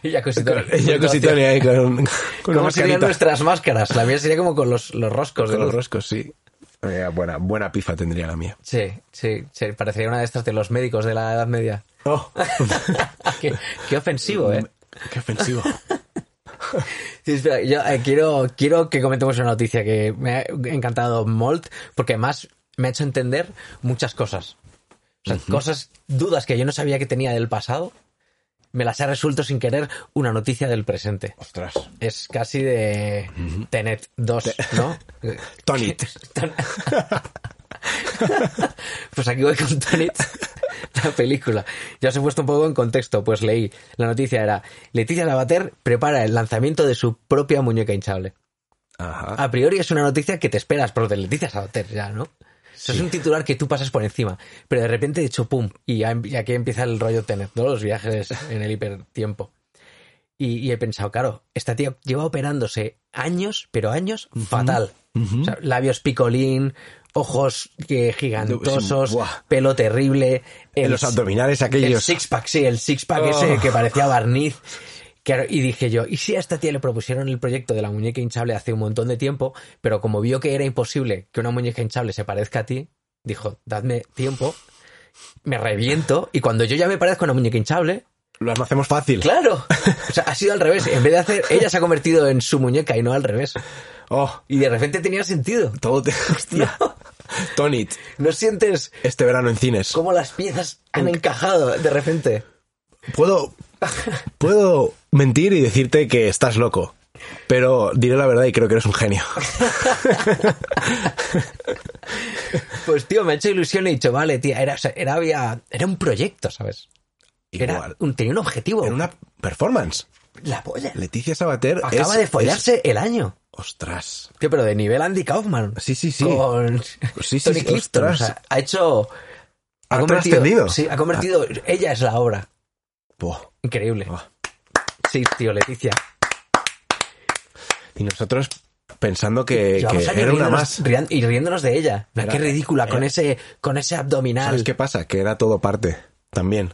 Speaker 1: Y ya
Speaker 2: (laughs)
Speaker 1: cosito-
Speaker 2: yo con Sitoni ahí con, un- con una
Speaker 1: ¿Cómo serían
Speaker 2: mascarita.
Speaker 1: nuestras máscaras? La mía sería como con los, los roscos de
Speaker 2: Con los
Speaker 1: los
Speaker 2: roscos, sí. Eh, buena, buena pifa tendría la mía.
Speaker 1: Sí, sí, sí, parecería una de estas de los médicos de la Edad Media. (laughs)
Speaker 2: (laughs) Oh,
Speaker 1: qué, qué ofensivo, ¿eh?
Speaker 2: qué ofensivo.
Speaker 1: Sí, espera, yo eh, quiero, quiero que comentemos una noticia que me ha encantado Molt, porque además me ha hecho entender muchas cosas. O sea, cosas, dudas que yo no sabía que tenía del pasado, me las ha resuelto sin querer una noticia del presente.
Speaker 2: Ostras.
Speaker 1: Es casi de Tenet 2, ¿no?
Speaker 2: Tony,
Speaker 1: Ton- (laughs) pues aquí voy con Tenet, (laughs) la película. Ya os he puesto un poco en contexto, pues leí. La noticia era, Leticia Lavater prepara el lanzamiento de su propia muñeca hinchable.
Speaker 2: Ajá.
Speaker 1: A priori es una noticia que te esperas, pero de Leticia Lavater ya, ¿no? O sea, Es un titular que tú pasas por encima, pero de repente he dicho pum, y, ya em- y aquí empieza el rollo Tenet, ¿no? Los viajes en el hipertiempo. Y, y he pensado, claro, esta tía lleva operándose años, pero años fatal. O sea, labios picolín, ojos eh, gigantosos,
Speaker 2: Buah.
Speaker 1: pelo terrible.
Speaker 2: En
Speaker 1: el-
Speaker 2: los abdominales
Speaker 1: El
Speaker 2: aquellos.
Speaker 1: six-pack, sí, el six-pack
Speaker 2: Oh.
Speaker 1: ese que parecía barniz. Claro, y dije yo, ¿y si a esta tía le propusieron el proyecto de la muñeca hinchable hace un montón de tiempo, pero como vio que era imposible que una muñeca hinchable se parezca a ti, dijo, dadme tiempo, me reviento, y cuando yo ya me parezco a una muñeca hinchable,
Speaker 2: Lo hacemos fácil.
Speaker 1: claro, o sea, ha sido al revés, en vez de hacer, ella se ha convertido en su muñeca y no al revés.
Speaker 2: Oh,
Speaker 1: Y de repente tenía sentido. (laughs)
Speaker 2: todo te... Hostia. Tony,
Speaker 1: ¿No sientes
Speaker 2: este verano en cines.
Speaker 1: cómo las piezas han encajado de repente? (laughs)
Speaker 2: Puedo... Puedo mentir y decirte que estás loco. Pero diré la verdad y creo que eres un genio.
Speaker 1: Pues tío, me ha hecho ilusión y he dicho, vale, tía, era, o sea, era, había, era un proyecto, ¿sabes? (laughs) Era
Speaker 2: Igual.
Speaker 1: un, tenía un objetivo.
Speaker 2: En una performance.
Speaker 1: La polla.
Speaker 2: Leticia Sabater
Speaker 1: Acaba
Speaker 2: es-
Speaker 1: de follarse el año.
Speaker 2: es- ostras.
Speaker 1: Tío, pero de nivel Andy Kaufman.
Speaker 2: Sí, sí, sí.
Speaker 1: Con
Speaker 2: Sí, sí,
Speaker 1: Tony
Speaker 2: sí,
Speaker 1: Clifton.
Speaker 2: ostras.
Speaker 1: O sea, ha hecho.
Speaker 2: Ha
Speaker 1: convertido-
Speaker 2: trascendido.
Speaker 1: Sí, ha convertido. Ella es la obra.
Speaker 2: Buah.
Speaker 1: Increíble.
Speaker 2: Ah.
Speaker 1: Sí, tío, Leticia.
Speaker 2: Y nosotros pensando que, que
Speaker 1: Llevamos años
Speaker 2: era una
Speaker 1: riéndonos-
Speaker 2: más.
Speaker 1: rian- y riéndonos de ella. Mira,
Speaker 2: Era-
Speaker 1: qué ridícula con
Speaker 2: era-
Speaker 1: ese con ese abdominal.
Speaker 2: ¿Sabes qué pasa? Que era todo parte también.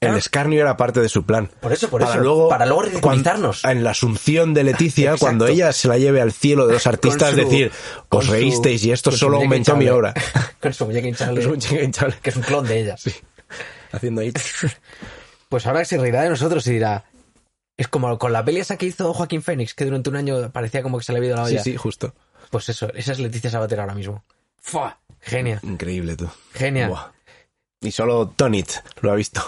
Speaker 2: El
Speaker 1: Claro.
Speaker 2: escarnio era parte de su plan.
Speaker 1: Por eso, por eso. para luego ridiculizarnos.
Speaker 2: cuan- en la asunción de Leticia,
Speaker 1: Exacto.
Speaker 2: cuando ella se la lleve al cielo de los artistas,
Speaker 1: Con su-
Speaker 2: decir,
Speaker 1: con
Speaker 2: os
Speaker 1: su-
Speaker 2: reísteis y esto
Speaker 1: con su
Speaker 2: solo
Speaker 1: muñeca
Speaker 2: aumentó mi
Speaker 1: hinchable". (laughs)
Speaker 2: obra.
Speaker 1: con su muñeca hinchable,
Speaker 2: Es un chingo hinchable.
Speaker 1: que es un clon de ella.
Speaker 2: Haciendo ahí.
Speaker 1: Pues ahora se reirá de nosotros y dirá. Es como con la peli esa que hizo Joaquín Fénix, que durante un año parecía como que se le había ido la
Speaker 2: Sí,
Speaker 1: olla.
Speaker 2: sí, justo.
Speaker 1: Pues eso, esa es Leticia Sabater ahora mismo. ¡Fua! Genia,
Speaker 2: Increíble tú.
Speaker 1: genia.
Speaker 2: Buah. Y solo Tonit lo ha visto.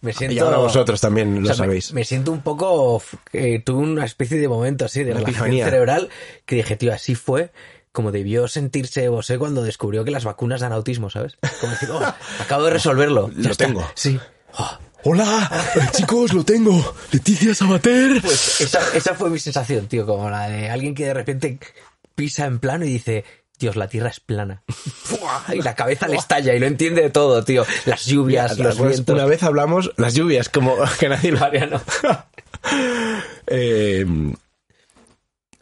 Speaker 1: Me siento.
Speaker 2: Y ahora vosotros también
Speaker 1: o
Speaker 2: lo
Speaker 1: sea, me-
Speaker 2: sabéis.
Speaker 1: Me, siento un poco. f- eh, tuve una especie de momento así de
Speaker 2: Una
Speaker 1: relajación
Speaker 2: epifanía.
Speaker 1: cerebral que dije, tío, así fue como debió sentirse Bosé cuando descubrió que las vacunas dan autismo, ¿sabes? Como decir, "Oh, acabo de resolverlo.
Speaker 2: (laughs) Lo
Speaker 1: Ya está".
Speaker 2: tengo.
Speaker 1: Sí. Oh,
Speaker 2: ¡Hola!
Speaker 1: (laughs)
Speaker 2: eh, Chicos, lo tengo. Leticia Sabater.
Speaker 1: pues esa, esa fue mi sensación, tío, como la de alguien que de repente pisa en plano y dice. Dios, la tierra es
Speaker 2: (laughs)
Speaker 1: plana. Fua, Y la cabeza le estalla y lo entiende de todo, tío. Las lluvias, los
Speaker 2: Algunas-
Speaker 1: vientos. (laughs)
Speaker 2: Una vez hablamos las lluvias, como (laughs) que nadie lo
Speaker 1: Mariano.
Speaker 2: (laughs) Eh,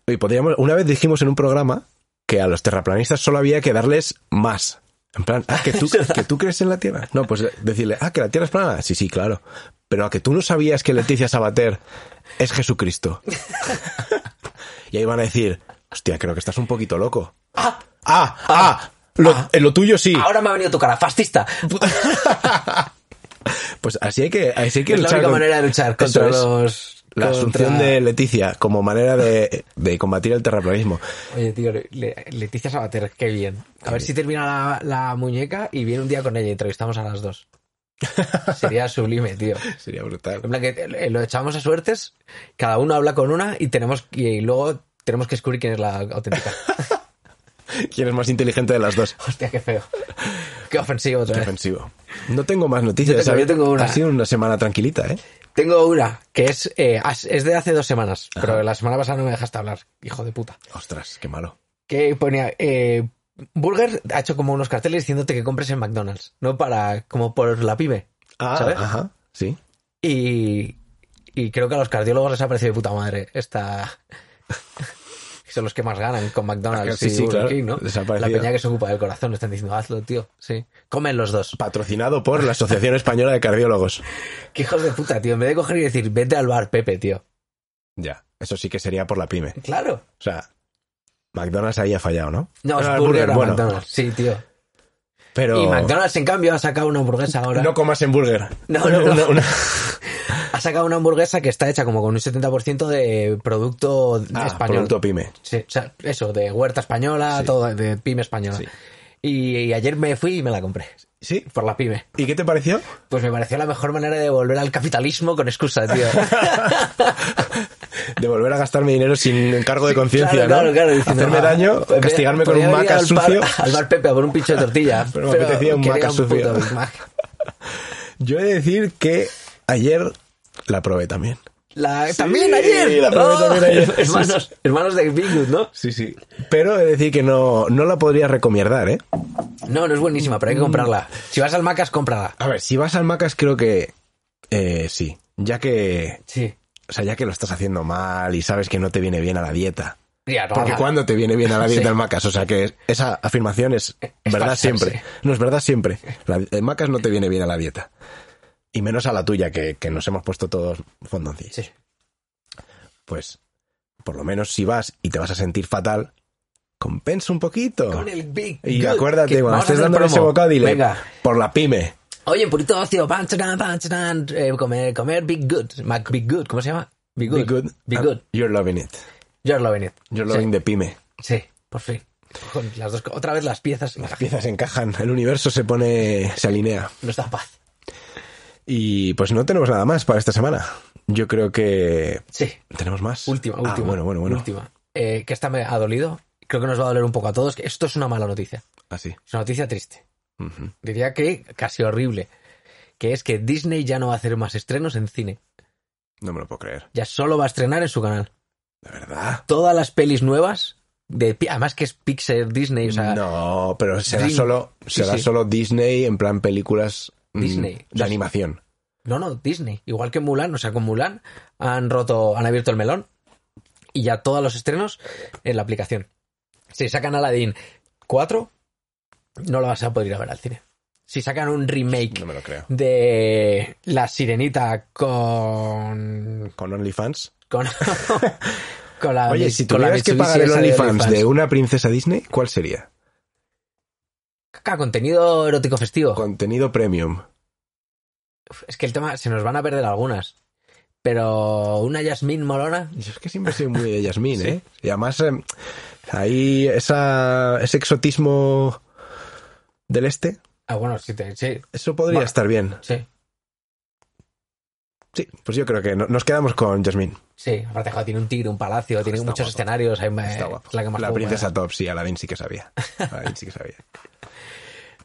Speaker 2: y podríamos, una vez dijimos en un programa que a los terraplanistas solo había que darles más. En plan, ah,
Speaker 1: (laughs)
Speaker 2: que tú, que tú crees en la Tierra. No, pues decirle, ah, que la Tierra es plana. Sí, sí, claro. Pero a que tú no sabías que Leticia Sabater
Speaker 1: (laughs)
Speaker 2: es Jesucristo. y ahí van a decir, hostia, creo que estás un poquito loco.
Speaker 1: ¡Ah!
Speaker 2: Ah, ah, lo, en lo tuyo sí. (laughs)
Speaker 1: Ahora me ha venido tu cara, fascista.
Speaker 2: Pues así hay que, así hay que
Speaker 1: Es la
Speaker 2: luchar
Speaker 1: única
Speaker 2: con-
Speaker 1: manera de luchar contra
Speaker 2: Eso es.
Speaker 1: los.
Speaker 2: La
Speaker 1: contra-
Speaker 2: asunción de Leticia como manera de, de combatir el terraplanismo.
Speaker 1: Oye, tío, Le- Leticia Sabater, qué bien. A ver si termina la, la muñeca y viene un día con ella y entrevistamos a las
Speaker 2: (laughs)
Speaker 1: dos. Sería sublime, tío.
Speaker 2: Sería brutal.
Speaker 1: En plan que eh, lo echamos a suertes, cada uno habla con una y tenemos y luego tenemos que descubrir quién es la auténtica.
Speaker 2: ¿Quién es más inteligente de las dos?
Speaker 1: Hostia, qué feo. Qué ofensivo otra
Speaker 2: Qué
Speaker 1: vez.
Speaker 2: ofensivo. No tengo más noticias.
Speaker 1: Yo tengo-
Speaker 2: ¿sabes?
Speaker 1: yo tengo una.
Speaker 2: Ha sido una semana tranquilita, ¿eh?
Speaker 1: Tengo una que es, eh, as- es de hace dos semanas, pero la semana pasada no me dejaste hablar, hijo de puta.
Speaker 2: Ostras, qué malo.
Speaker 1: que ponía eh, Burger ha hecho como unos carteles diciéndote que compres en McDonald's, ¿no? Para, como por la pyme.
Speaker 2: Ah,
Speaker 1: ¿Sabes?
Speaker 2: ajá. Sí.
Speaker 1: Y, y creo que a los cardiólogos les ha parecido de puta madre esta... (laughs) Son los que más ganan con McDonald's
Speaker 2: Sí,
Speaker 1: y
Speaker 2: sí,
Speaker 1: Burger
Speaker 2: claro.
Speaker 1: King, ¿no?
Speaker 2: Les ha
Speaker 1: La
Speaker 2: parecido.
Speaker 1: peña que se ocupa del corazón están diciendo, hazlo, tío. Sí. Comen los dos.
Speaker 2: Patrocinado por la Asociación Española de Cardiólogos.
Speaker 1: Qué hijos de puta, tío. En vez de coger y decir, vete al bar, Pepe, tío.
Speaker 2: Ya, eso sí que sería por la pyme.
Speaker 1: Claro.
Speaker 2: O sea, McDonald's ahí ha fallado, ¿no?
Speaker 1: No, es
Speaker 2: Ah,
Speaker 1: Burger,
Speaker 2: Burger,
Speaker 1: a
Speaker 2: bueno.
Speaker 1: McDonald's. Sí, tío.
Speaker 2: Pero
Speaker 1: Y McDonald's, en cambio, ha sacado una hamburguesa ahora.
Speaker 2: no comas en burger.
Speaker 1: No, no, no.
Speaker 2: Una- una-
Speaker 1: Ha sacado una hamburguesa que está hecha como con un 70% de producto
Speaker 2: Ah,
Speaker 1: español.
Speaker 2: producto pyme.
Speaker 1: Sí, o sea, eso, de huerta española,
Speaker 2: Sí.
Speaker 1: todo de pyme española.
Speaker 2: Sí.
Speaker 1: Y, y ayer me fui y me la compré.
Speaker 2: ¿Sí?
Speaker 1: Por la pyme.
Speaker 2: ¿Y qué te pareció?
Speaker 1: Pues me pareció la mejor manera de volver al capitalismo con excusa,
Speaker 2: (laughs)
Speaker 1: tío.
Speaker 2: De volver a gastarme dinero sin cargo de conciencia,
Speaker 1: Claro, claro,
Speaker 2: ¿no?
Speaker 1: claro, diciendo,
Speaker 2: Hacerme
Speaker 1: ah,
Speaker 2: daño,
Speaker 1: podría-
Speaker 2: castigarme con
Speaker 1: podría
Speaker 2: un
Speaker 1: haber
Speaker 2: maca
Speaker 1: ido al bar- (laughs)
Speaker 2: sucio.
Speaker 1: Al bar Pepe a por un pincho de tortilla.
Speaker 2: (laughs) Pero me apetecía un
Speaker 1: quería
Speaker 2: maca sucio.
Speaker 1: puto Mac.
Speaker 2: Yo he de decir que ayer la probé también.
Speaker 1: La- también ayer.
Speaker 2: la probé
Speaker 1: ¡Oh!
Speaker 2: también ayer.
Speaker 1: (laughs) Hermanos, hermanos de Big Good, ¿no?
Speaker 2: Sí, sí. Pero he de decir que no, no la podría recomendar, ¿eh?
Speaker 1: No, no es buenísima, pero hay que
Speaker 2: Mm.
Speaker 1: comprarla. Si vas al Macas, cómprala.
Speaker 2: A ver, si vas al Macas creo que eh, sí. Ya que,
Speaker 1: Sí.
Speaker 2: o sea, ya que lo estás haciendo mal y sabes que no te viene bien a la dieta.
Speaker 1: Ya, no,
Speaker 2: Porque
Speaker 1: no.
Speaker 2: ¿cuándo te viene bien a la dieta
Speaker 1: Ah. Sí.
Speaker 2: el Macas? O sea, que esa afirmación es verdad
Speaker 1: falsa,
Speaker 2: siempre.
Speaker 1: sí.
Speaker 2: No, es verdad siempre. La- el Macas no te viene bien a la dieta. Y menos a la tuya, que, que nos hemos puesto todos fondoncillos.
Speaker 1: Sí.
Speaker 2: Pues, por lo menos si vas y te vas a sentir fatal, compensa un poquito.
Speaker 1: Con el Big
Speaker 2: Y
Speaker 1: Good,
Speaker 2: acuérdate,
Speaker 1: que
Speaker 2: cuando
Speaker 1: vamos a
Speaker 2: estés
Speaker 1: hacer
Speaker 2: dándole ese
Speaker 1: promo.
Speaker 2: bocado, dile,
Speaker 1: Venga.
Speaker 2: por la pyme.
Speaker 1: Oye, purito ocio, panchanan, panchanan, eh, comer, comer Big Good. Mac Big Good, ¿cómo se llama? Big Good.
Speaker 2: Be good. Ah.
Speaker 1: Big
Speaker 2: and
Speaker 1: Good.
Speaker 2: You're loving it.
Speaker 1: You're loving it.
Speaker 2: You're
Speaker 1: Sí.
Speaker 2: loving the pyme.
Speaker 1: Sí, por fin. Con las dos, co- otra vez las piezas.
Speaker 2: Las piezas encajan, el universo se pone, se alinea.
Speaker 1: Nos da paz.
Speaker 2: Y pues no tenemos nada más para esta semana. Yo creo que
Speaker 1: Sí.
Speaker 2: tenemos más.
Speaker 1: Última,
Speaker 2: Ah,
Speaker 1: última.
Speaker 2: bueno, bueno, bueno.
Speaker 1: Última. Eh, que esta me ha dolido. Creo que nos va a doler un poco a todos. que Esto es una mala noticia.
Speaker 2: Así.
Speaker 1: Es una noticia triste.
Speaker 2: Ah, Ujú.
Speaker 1: Diría que casi horrible. Que es que Disney ya no va a hacer más estrenos en cine.
Speaker 2: No me lo puedo creer.
Speaker 1: Ya solo va a estrenar en su canal.
Speaker 2: De verdad.
Speaker 1: Todas las pelis nuevas, de, pi- además que es Pixar, Disney, o sea,
Speaker 2: no, pero será
Speaker 1: Dream-
Speaker 2: solo
Speaker 1: Sí,
Speaker 2: será
Speaker 1: sí.
Speaker 2: solo Disney en plan películas mm,
Speaker 1: Disney.
Speaker 2: de animación.
Speaker 1: No, no, Disney. Igual que Mulan, o sea, con Mulan han roto, han abierto el melón y ya todos los estrenos en la aplicación. Si sacan Aladdin 4, no lo vas a poder ir a ver al cine. Si sacan un remake
Speaker 2: No me lo creo.
Speaker 1: de La Sirenita con.
Speaker 2: Con OnlyFans.
Speaker 1: con. (laughs) con la.
Speaker 2: Oye, si
Speaker 1: con la
Speaker 2: tuvieras que
Speaker 1: Mitsubishi
Speaker 2: pagar el
Speaker 1: esa de
Speaker 2: OnlyFans de una princesa Disney, ¿cuál sería?
Speaker 1: Caca, contenido erótico festivo.
Speaker 2: Contenido premium.
Speaker 1: Uf, Es que el tema, se nos van a perder algunas. Pero una Yasmín Molona,
Speaker 2: Yo es que siempre soy muy de (laughs) Yasmín, ¿eh? Y además, eh, ahí esa, ese exotismo del este,
Speaker 1: ah, bueno, sí, te- sí,
Speaker 2: eso podría
Speaker 1: Va.
Speaker 2: estar bien.
Speaker 1: sí.
Speaker 2: Sí, pues yo creo que no- nos quedamos con Yasmín.
Speaker 1: Sí, aparte joder, tiene un tigre, un palacio, tiene
Speaker 2: está
Speaker 1: muchos
Speaker 2: guapo.
Speaker 1: escenarios. Hay, eh,
Speaker 2: Está guapo.
Speaker 1: La, que más eh.
Speaker 2: La
Speaker 1: juego
Speaker 2: princesa top, sí, Aladdin sí que
Speaker 1: (laughs)
Speaker 2: sabía. Aladdin sí que sabía.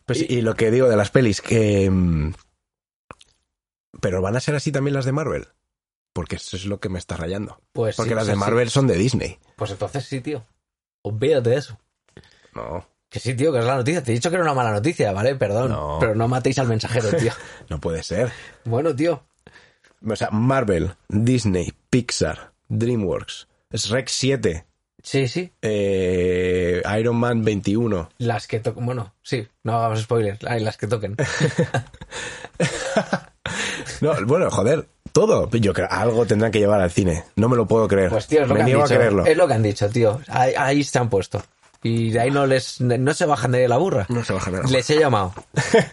Speaker 2: Pues, y lo que digo de las pelis, que... mm, Pero van a ser así también las de Marvel. Porque eso es lo que me está rayando.
Speaker 1: me- Pues,
Speaker 2: Porque
Speaker 1: sí,
Speaker 2: las
Speaker 1: sí,
Speaker 2: de
Speaker 1: sí.
Speaker 2: Marvel son de Disney.
Speaker 1: Pues entonces sí, tío. Olvídate de eso.
Speaker 2: No,
Speaker 1: Que sí, tío, que es la noticia. Te he dicho que era una mala noticia, ¿vale? Perdón.
Speaker 2: No.
Speaker 1: Pero no matéis al
Speaker 2: (laughs)
Speaker 1: mensajero, tío.
Speaker 2: no puede ser.
Speaker 1: bueno, tío.
Speaker 2: O sea, Marvel, Disney, Pixar, DreamWorks, Shrek 7,
Speaker 1: Sí, sí.
Speaker 2: eh, Iron Man 21.
Speaker 1: Las que toquen. Bueno, sí, no hagamos spoilers. Hay las que
Speaker 2: (laughs)
Speaker 1: toquen. Pues,
Speaker 2: No,
Speaker 1: (laughs)
Speaker 2: bueno, joder, todo. Yo creo algo tendrán que llevar al cine. No me lo puedo creer.
Speaker 1: Pues, tío, es lo
Speaker 2: me
Speaker 1: que
Speaker 2: niego
Speaker 1: han dicho.
Speaker 2: a creerlo.
Speaker 1: Es lo que han dicho, tío. Ahí, ahí se han puesto. Y de ahí no les no se bajan de la burra.
Speaker 2: No se baja nada.
Speaker 1: Les he
Speaker 2: (laughs)
Speaker 1: llamado.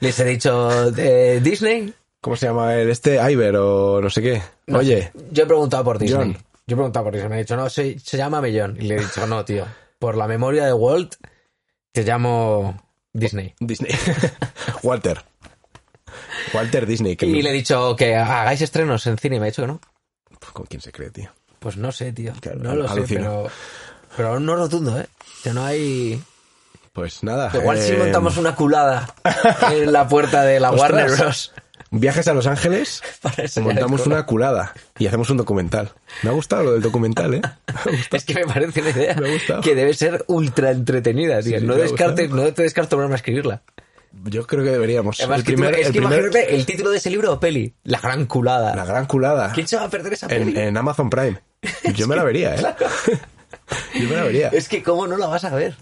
Speaker 1: Les he dicho eh, Disney,
Speaker 2: ¿Cómo se llama el este? Iver o no sé qué.
Speaker 1: No
Speaker 2: Oye,
Speaker 1: sé. yo he preguntado por Disney.
Speaker 2: John.
Speaker 1: Yo he preguntado por Disney. Me ha dicho, no, se, se llama Millón. Y le he dicho, no, tío. Por la memoria de Walt, te llamo Disney.
Speaker 2: Disney. (laughs) Walter. Walter Disney. Que
Speaker 1: Y le he dicho que hagáis estrenos en cine. Y me ha dicho que no.
Speaker 2: ¿Con quién se cree, tío?
Speaker 1: Pues no sé, tío.
Speaker 2: Claro,
Speaker 1: no lo sé,
Speaker 2: alucino.
Speaker 1: pero. Pero aún no rotundo, ¿eh? Que no hay.
Speaker 2: Pues nada.
Speaker 1: Igual si
Speaker 2: eh,
Speaker 1: montamos una culada en la puerta de la
Speaker 2: (laughs) Ostras.
Speaker 1: Warner Bros.
Speaker 2: Viajes a
Speaker 1: (laughs)
Speaker 2: Los Ángeles,
Speaker 1: para enseñar
Speaker 2: montamos
Speaker 1: el
Speaker 2: una culada y hacemos un documental. Me ha gustado lo del documental, ¿eh? (laughs)
Speaker 1: color. Es que me parece una idea
Speaker 2: Me ha gustado.
Speaker 1: que debe ser ultra entretenida, tío.
Speaker 2: Sí,
Speaker 1: no,
Speaker 2: me ha gustado.
Speaker 1: descartes, no te descarto volver a escribirla.
Speaker 2: Yo creo que deberíamos.
Speaker 1: Además,
Speaker 2: el
Speaker 1: que tú-
Speaker 2: primer,
Speaker 1: es
Speaker 2: el
Speaker 1: que
Speaker 2: primer-
Speaker 1: imagínate el título de ese libro o peli. La gran culada.
Speaker 2: la gran culada
Speaker 1: ¿Quién se va a perder esa peli?
Speaker 2: en, en Amazon Prime. Yo me la vería, ¿eh? (laughs) Yo me la vería.
Speaker 1: Es que cómo no la vas a ver.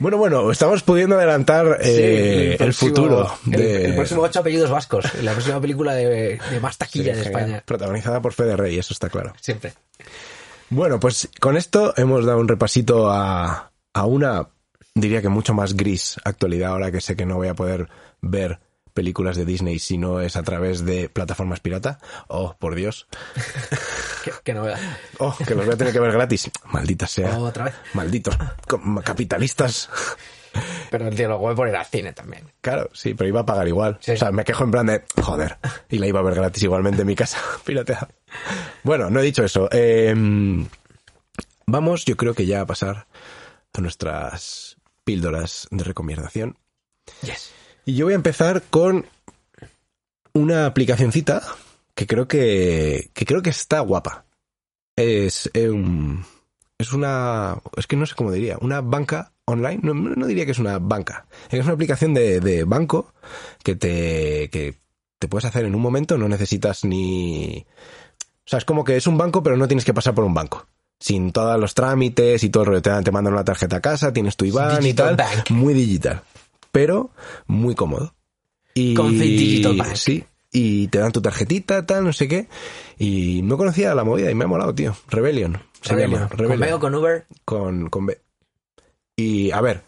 Speaker 2: Bueno, bueno, estamos pudiendo adelantar eh, el,
Speaker 1: próximo-
Speaker 2: futuro
Speaker 1: el-
Speaker 2: de
Speaker 1: El, próximo Ocho Apellidos Vascos. La próxima película de, de más
Speaker 2: Sí,
Speaker 1: taquilla de
Speaker 2: genial.
Speaker 1: España.
Speaker 2: Protagonizada por Fede Rey, eso está claro.
Speaker 1: Siempre.
Speaker 2: Bueno, pues con esto hemos dado un repasito a, a una, diría que mucho más gris actualidad, ahora que sé que no voy a poder ver películas de Disney si no es a través de plataformas pirata. Oh, por Dios.
Speaker 1: Que, que no vea.
Speaker 2: Oh, que los voy a tener que ver gratis. Maldita sea.
Speaker 1: Otra vez.
Speaker 2: Malditos com- capitalistas.
Speaker 1: Pero tío, lo voy a poner al cine también.
Speaker 2: Claro, sí, pero iba a pagar igual.
Speaker 1: Sí.
Speaker 2: O sea, me quejo en plan de, joder, y la iba a ver gratis igualmente en mi casa, (laughs) pirateada. Bueno, no he dicho eso. Eh, vamos, yo creo que ya a pasar a nuestras píldoras de recomendación.
Speaker 1: Yes.
Speaker 2: Y yo voy a empezar con una aplicacioncita que creo que, que creo que está guapa. Es, eh, un- es una, es que no sé cómo diría, una banca online. No, no diría que es una banca. Es una aplicación de, de banco que te, que te puedes hacer en un momento. No necesitas ni, o sea, es como que es un banco, pero no tienes que pasar por un banco. Sin todos los trámites y todo el rollo. Te, dan- te mandan una tarjeta a casa, tienes tu IBAN y
Speaker 1: digital
Speaker 2: tal.
Speaker 1: bank.
Speaker 2: Muy digital. Pero muy cómodo. Y,
Speaker 1: Con Fed Digital Bank.
Speaker 2: Sí. y te dan tu tarjetita, tal, no sé qué. Y no conocía la movida y me ha molado, tío. Rebellion. Se
Speaker 1: Rebellion.
Speaker 2: llama.
Speaker 1: Con
Speaker 2: Rebellion.
Speaker 1: Veo, con Uber.
Speaker 2: Con, con B. Y a ver,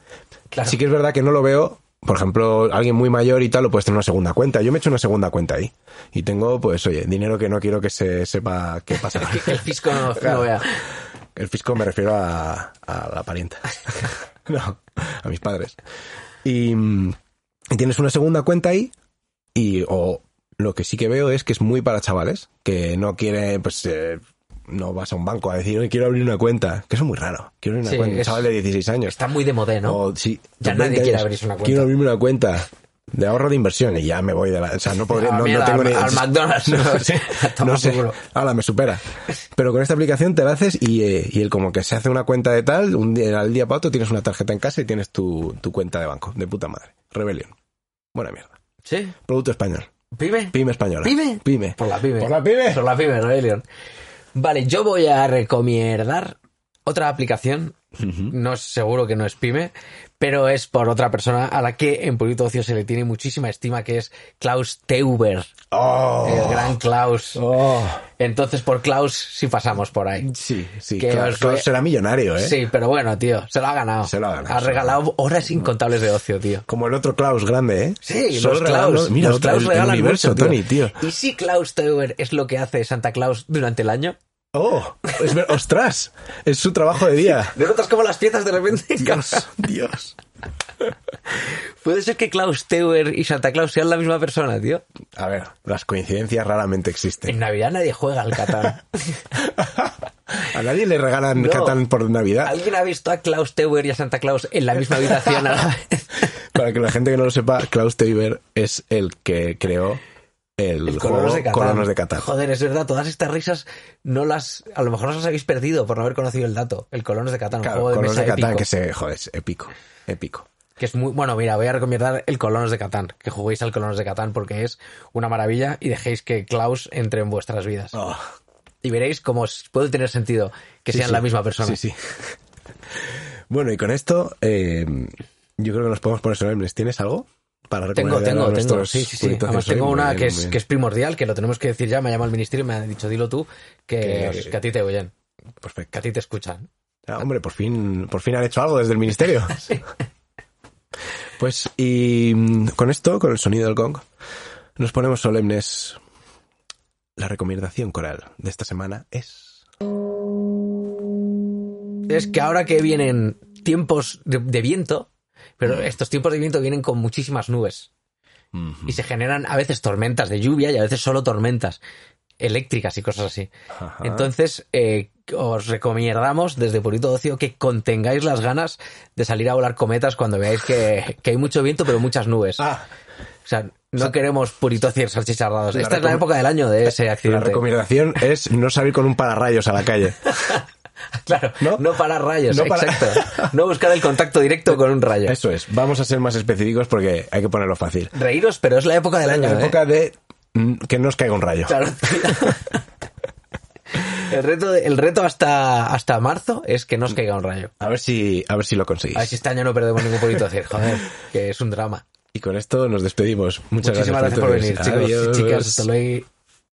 Speaker 1: Claro.
Speaker 2: sí que es verdad que no lo veo. Por ejemplo, alguien muy mayor y tal, lo puedes tener una segunda cuenta. Yo me he hecho una segunda cuenta ahí. Y tengo, pues, oye, dinero que no quiero que se sepa qué
Speaker 1: (laughs)
Speaker 2: pasa. (laughs)
Speaker 1: Que- que el fisco no, no
Speaker 2: Claro.
Speaker 1: vea.
Speaker 2: El fisco me refiero a, a la parienta. (laughs) no, a mis padres. Y, mm, y tienes una segunda cuenta ahí y o lo que sí que veo es que es muy para chavales que no quieren, pues eh, no vas a un banco a decir, hoy quiero abrir una cuenta, que eso es muy raro. Quiero abrir una
Speaker 1: Sí,
Speaker 2: cuenta, un
Speaker 1: es-
Speaker 2: chaval de 16 años.
Speaker 1: Está muy de modé, ¿no?
Speaker 2: O, sí,
Speaker 1: Ya
Speaker 2: con
Speaker 1: nadie
Speaker 2: 20
Speaker 1: quiere
Speaker 2: años,
Speaker 1: abrirse una cuenta.
Speaker 2: Quiero abrirme una cuenta de ahorro de inversión y ya me voy de la... O sea, no, podré,
Speaker 1: Ah,
Speaker 2: no,
Speaker 1: mierda,
Speaker 2: (laughs) no tengo
Speaker 1: al-
Speaker 2: ni...
Speaker 1: al McDonald's. (laughs)
Speaker 2: No sé,
Speaker 1: A tomar
Speaker 2: no sé.
Speaker 1: por culo.
Speaker 2: Ahora me supera. Pero con esta aplicación te la haces y, eh, y él como que se hace una cuenta de tal, un día, al día para otro tienes una tarjeta en casa y tienes tu, tu cuenta de banco. De puta madre. Rebelión. Buena mierda.
Speaker 1: Sí.
Speaker 2: Producto español.
Speaker 1: ¿Pibe?
Speaker 2: Pyme española.
Speaker 1: ¿Pyme?
Speaker 2: Pyme.
Speaker 1: Por la pibe.
Speaker 2: Por la pyme.
Speaker 1: Por la pibe, Rebellion. Vale, yo voy a recomendar otra aplicación. No es seguro que no es pyme, pero es por otra persona a la que en Proyecto Ocio se le tiene muchísima estima, que es Klaus Teuber,
Speaker 2: Oh.
Speaker 1: el gran Klaus.
Speaker 2: Oh.
Speaker 1: Entonces, por Klaus sí pasamos por ahí.
Speaker 2: Sí, sí.
Speaker 1: Que
Speaker 2: Claro,
Speaker 1: os
Speaker 2: claro,
Speaker 1: voy-
Speaker 2: será millonario, ¿eh?
Speaker 1: Sí, pero bueno, tío, se lo ha ganado.
Speaker 2: Se lo ha ganado, se lo ha
Speaker 1: regalado horas incontables de ocio, tío.
Speaker 2: Como el otro Klaus grande, ¿eh?
Speaker 1: Sí,
Speaker 2: Solo
Speaker 1: los
Speaker 2: regalan-
Speaker 1: Klaus.
Speaker 2: Mira,
Speaker 1: los
Speaker 2: otra-
Speaker 1: Klaus
Speaker 2: el- el
Speaker 1: regalan
Speaker 2: universo,
Speaker 1: mucho,
Speaker 2: Tony, tío.
Speaker 1: ¿Y si Klaus Teuber es lo que hace Santa Claus durante el año?
Speaker 2: Oh, es ver- ostras, es su trabajo de día.
Speaker 1: De notas como las piezas de
Speaker 2: (laughs)
Speaker 1: repente. (laughs)
Speaker 2: Dios, Dios.
Speaker 1: Puede ser que Klaus Teuber y Santa Claus sean la misma persona, tío.
Speaker 2: A ver, las coincidencias raramente existen.
Speaker 1: En Navidad nadie juega al
Speaker 2: (laughs)
Speaker 1: Catán.
Speaker 2: A nadie le regalan
Speaker 1: No.
Speaker 2: Catán por Navidad.
Speaker 1: ¿Alguien ha visto a Klaus Teuber y a Santa Claus en la misma
Speaker 2: (laughs)
Speaker 1: habitación (laughs) a la vez?
Speaker 2: Para que la gente que no lo sepa, Klaus Teuber es el que creó el,
Speaker 1: Colonos
Speaker 2: juego
Speaker 1: de Catán.
Speaker 2: Colonos de Catán.
Speaker 1: Joder, es verdad, todas estas risas no las. A lo mejor las habéis perdido por no haber conocido el dato. El Colonos de Catán,
Speaker 2: Claro,
Speaker 1: un juego de
Speaker 2: Colonos
Speaker 1: mesa
Speaker 2: de Catán,
Speaker 1: épico.
Speaker 2: que se, joder, es épico, épico.
Speaker 1: que es muy bueno mira voy a recomendar el Colonos de Catán que juguéis al Colonos de Catán porque es una maravilla y dejéis que Klaus entre en vuestras vidas
Speaker 2: Oh,
Speaker 1: y veréis cómo os- puede tener sentido que
Speaker 2: sí,
Speaker 1: sean
Speaker 2: sí.
Speaker 1: la misma persona
Speaker 2: Sí, sí. Bueno, y con esto, eh, yo creo que nos podemos poner solemnes. ¿Tienes algo para
Speaker 1: tengo
Speaker 2: recomendar a
Speaker 1: tengo tengo
Speaker 2: nuestros este
Speaker 1: sí sí sí
Speaker 2: puritos?
Speaker 1: además
Speaker 2: Muy
Speaker 1: tengo
Speaker 2: bien,
Speaker 1: una
Speaker 2: muy
Speaker 1: que es
Speaker 2: bien.
Speaker 1: que es primordial que lo tenemos que decir ya me ha llamado el ministerio y me ha dicho dilo tú que,
Speaker 2: Que-
Speaker 1: que a ti te oyen
Speaker 2: Perfecto.
Speaker 1: que a ti te escuchan
Speaker 2: Ah, hombre, por fin, por fin han hecho algo desde
Speaker 1: (laughs)
Speaker 2: el ministerio. Pues, y mm, con esto, con el sonido del gong, nos ponemos solemnes. La recomendación coral de esta semana es.
Speaker 1: es que ahora que vienen tiempos de, de viento
Speaker 2: Mm.
Speaker 1: pero estos tiempos de viento vienen con muchísimas nubes y se generan a veces tormentas de lluvia y a veces solo tormentas eléctricas y cosas así.
Speaker 2: Ajá.
Speaker 1: Entonces, eh, os recomendamos desde Purito Ocio que contengáis las ganas de salir a volar cometas cuando veáis que, que hay mucho viento pero muchas nubes. O
Speaker 2: Ah,
Speaker 1: sea, no queremos puritocios salchicharrados.
Speaker 2: La
Speaker 1: Esta es la
Speaker 2: recom-
Speaker 1: época del año de ese
Speaker 2: la
Speaker 1: accidente.
Speaker 2: recomendación es no salir con un pararrayos a la calle.
Speaker 1: (laughs) Claro,
Speaker 2: ¿No?
Speaker 1: no, para rayos,
Speaker 2: No para-
Speaker 1: exacto. No buscar el contacto directo con un rayo.
Speaker 2: Eso es. Vamos a ser más específicos porque hay que ponerlo fácil.
Speaker 1: Reíros, pero es la época del año.
Speaker 2: La
Speaker 1: ¿eh? (laughs)
Speaker 2: época de mm, que no os caiga un rayo.
Speaker 1: Claro. El reto, el reto hasta, hasta marzo es que no os caiga un rayo.
Speaker 2: A ver si, a ver si lo conseguís.
Speaker 1: A ver si este año no perdemos ningún polito hacer, joder, que es un drama.
Speaker 2: Y con esto nos despedimos. Muchas
Speaker 1: Muchísimas gracias por venir, chicos y
Speaker 2: Adiós.
Speaker 1: chicas. Hasta luego.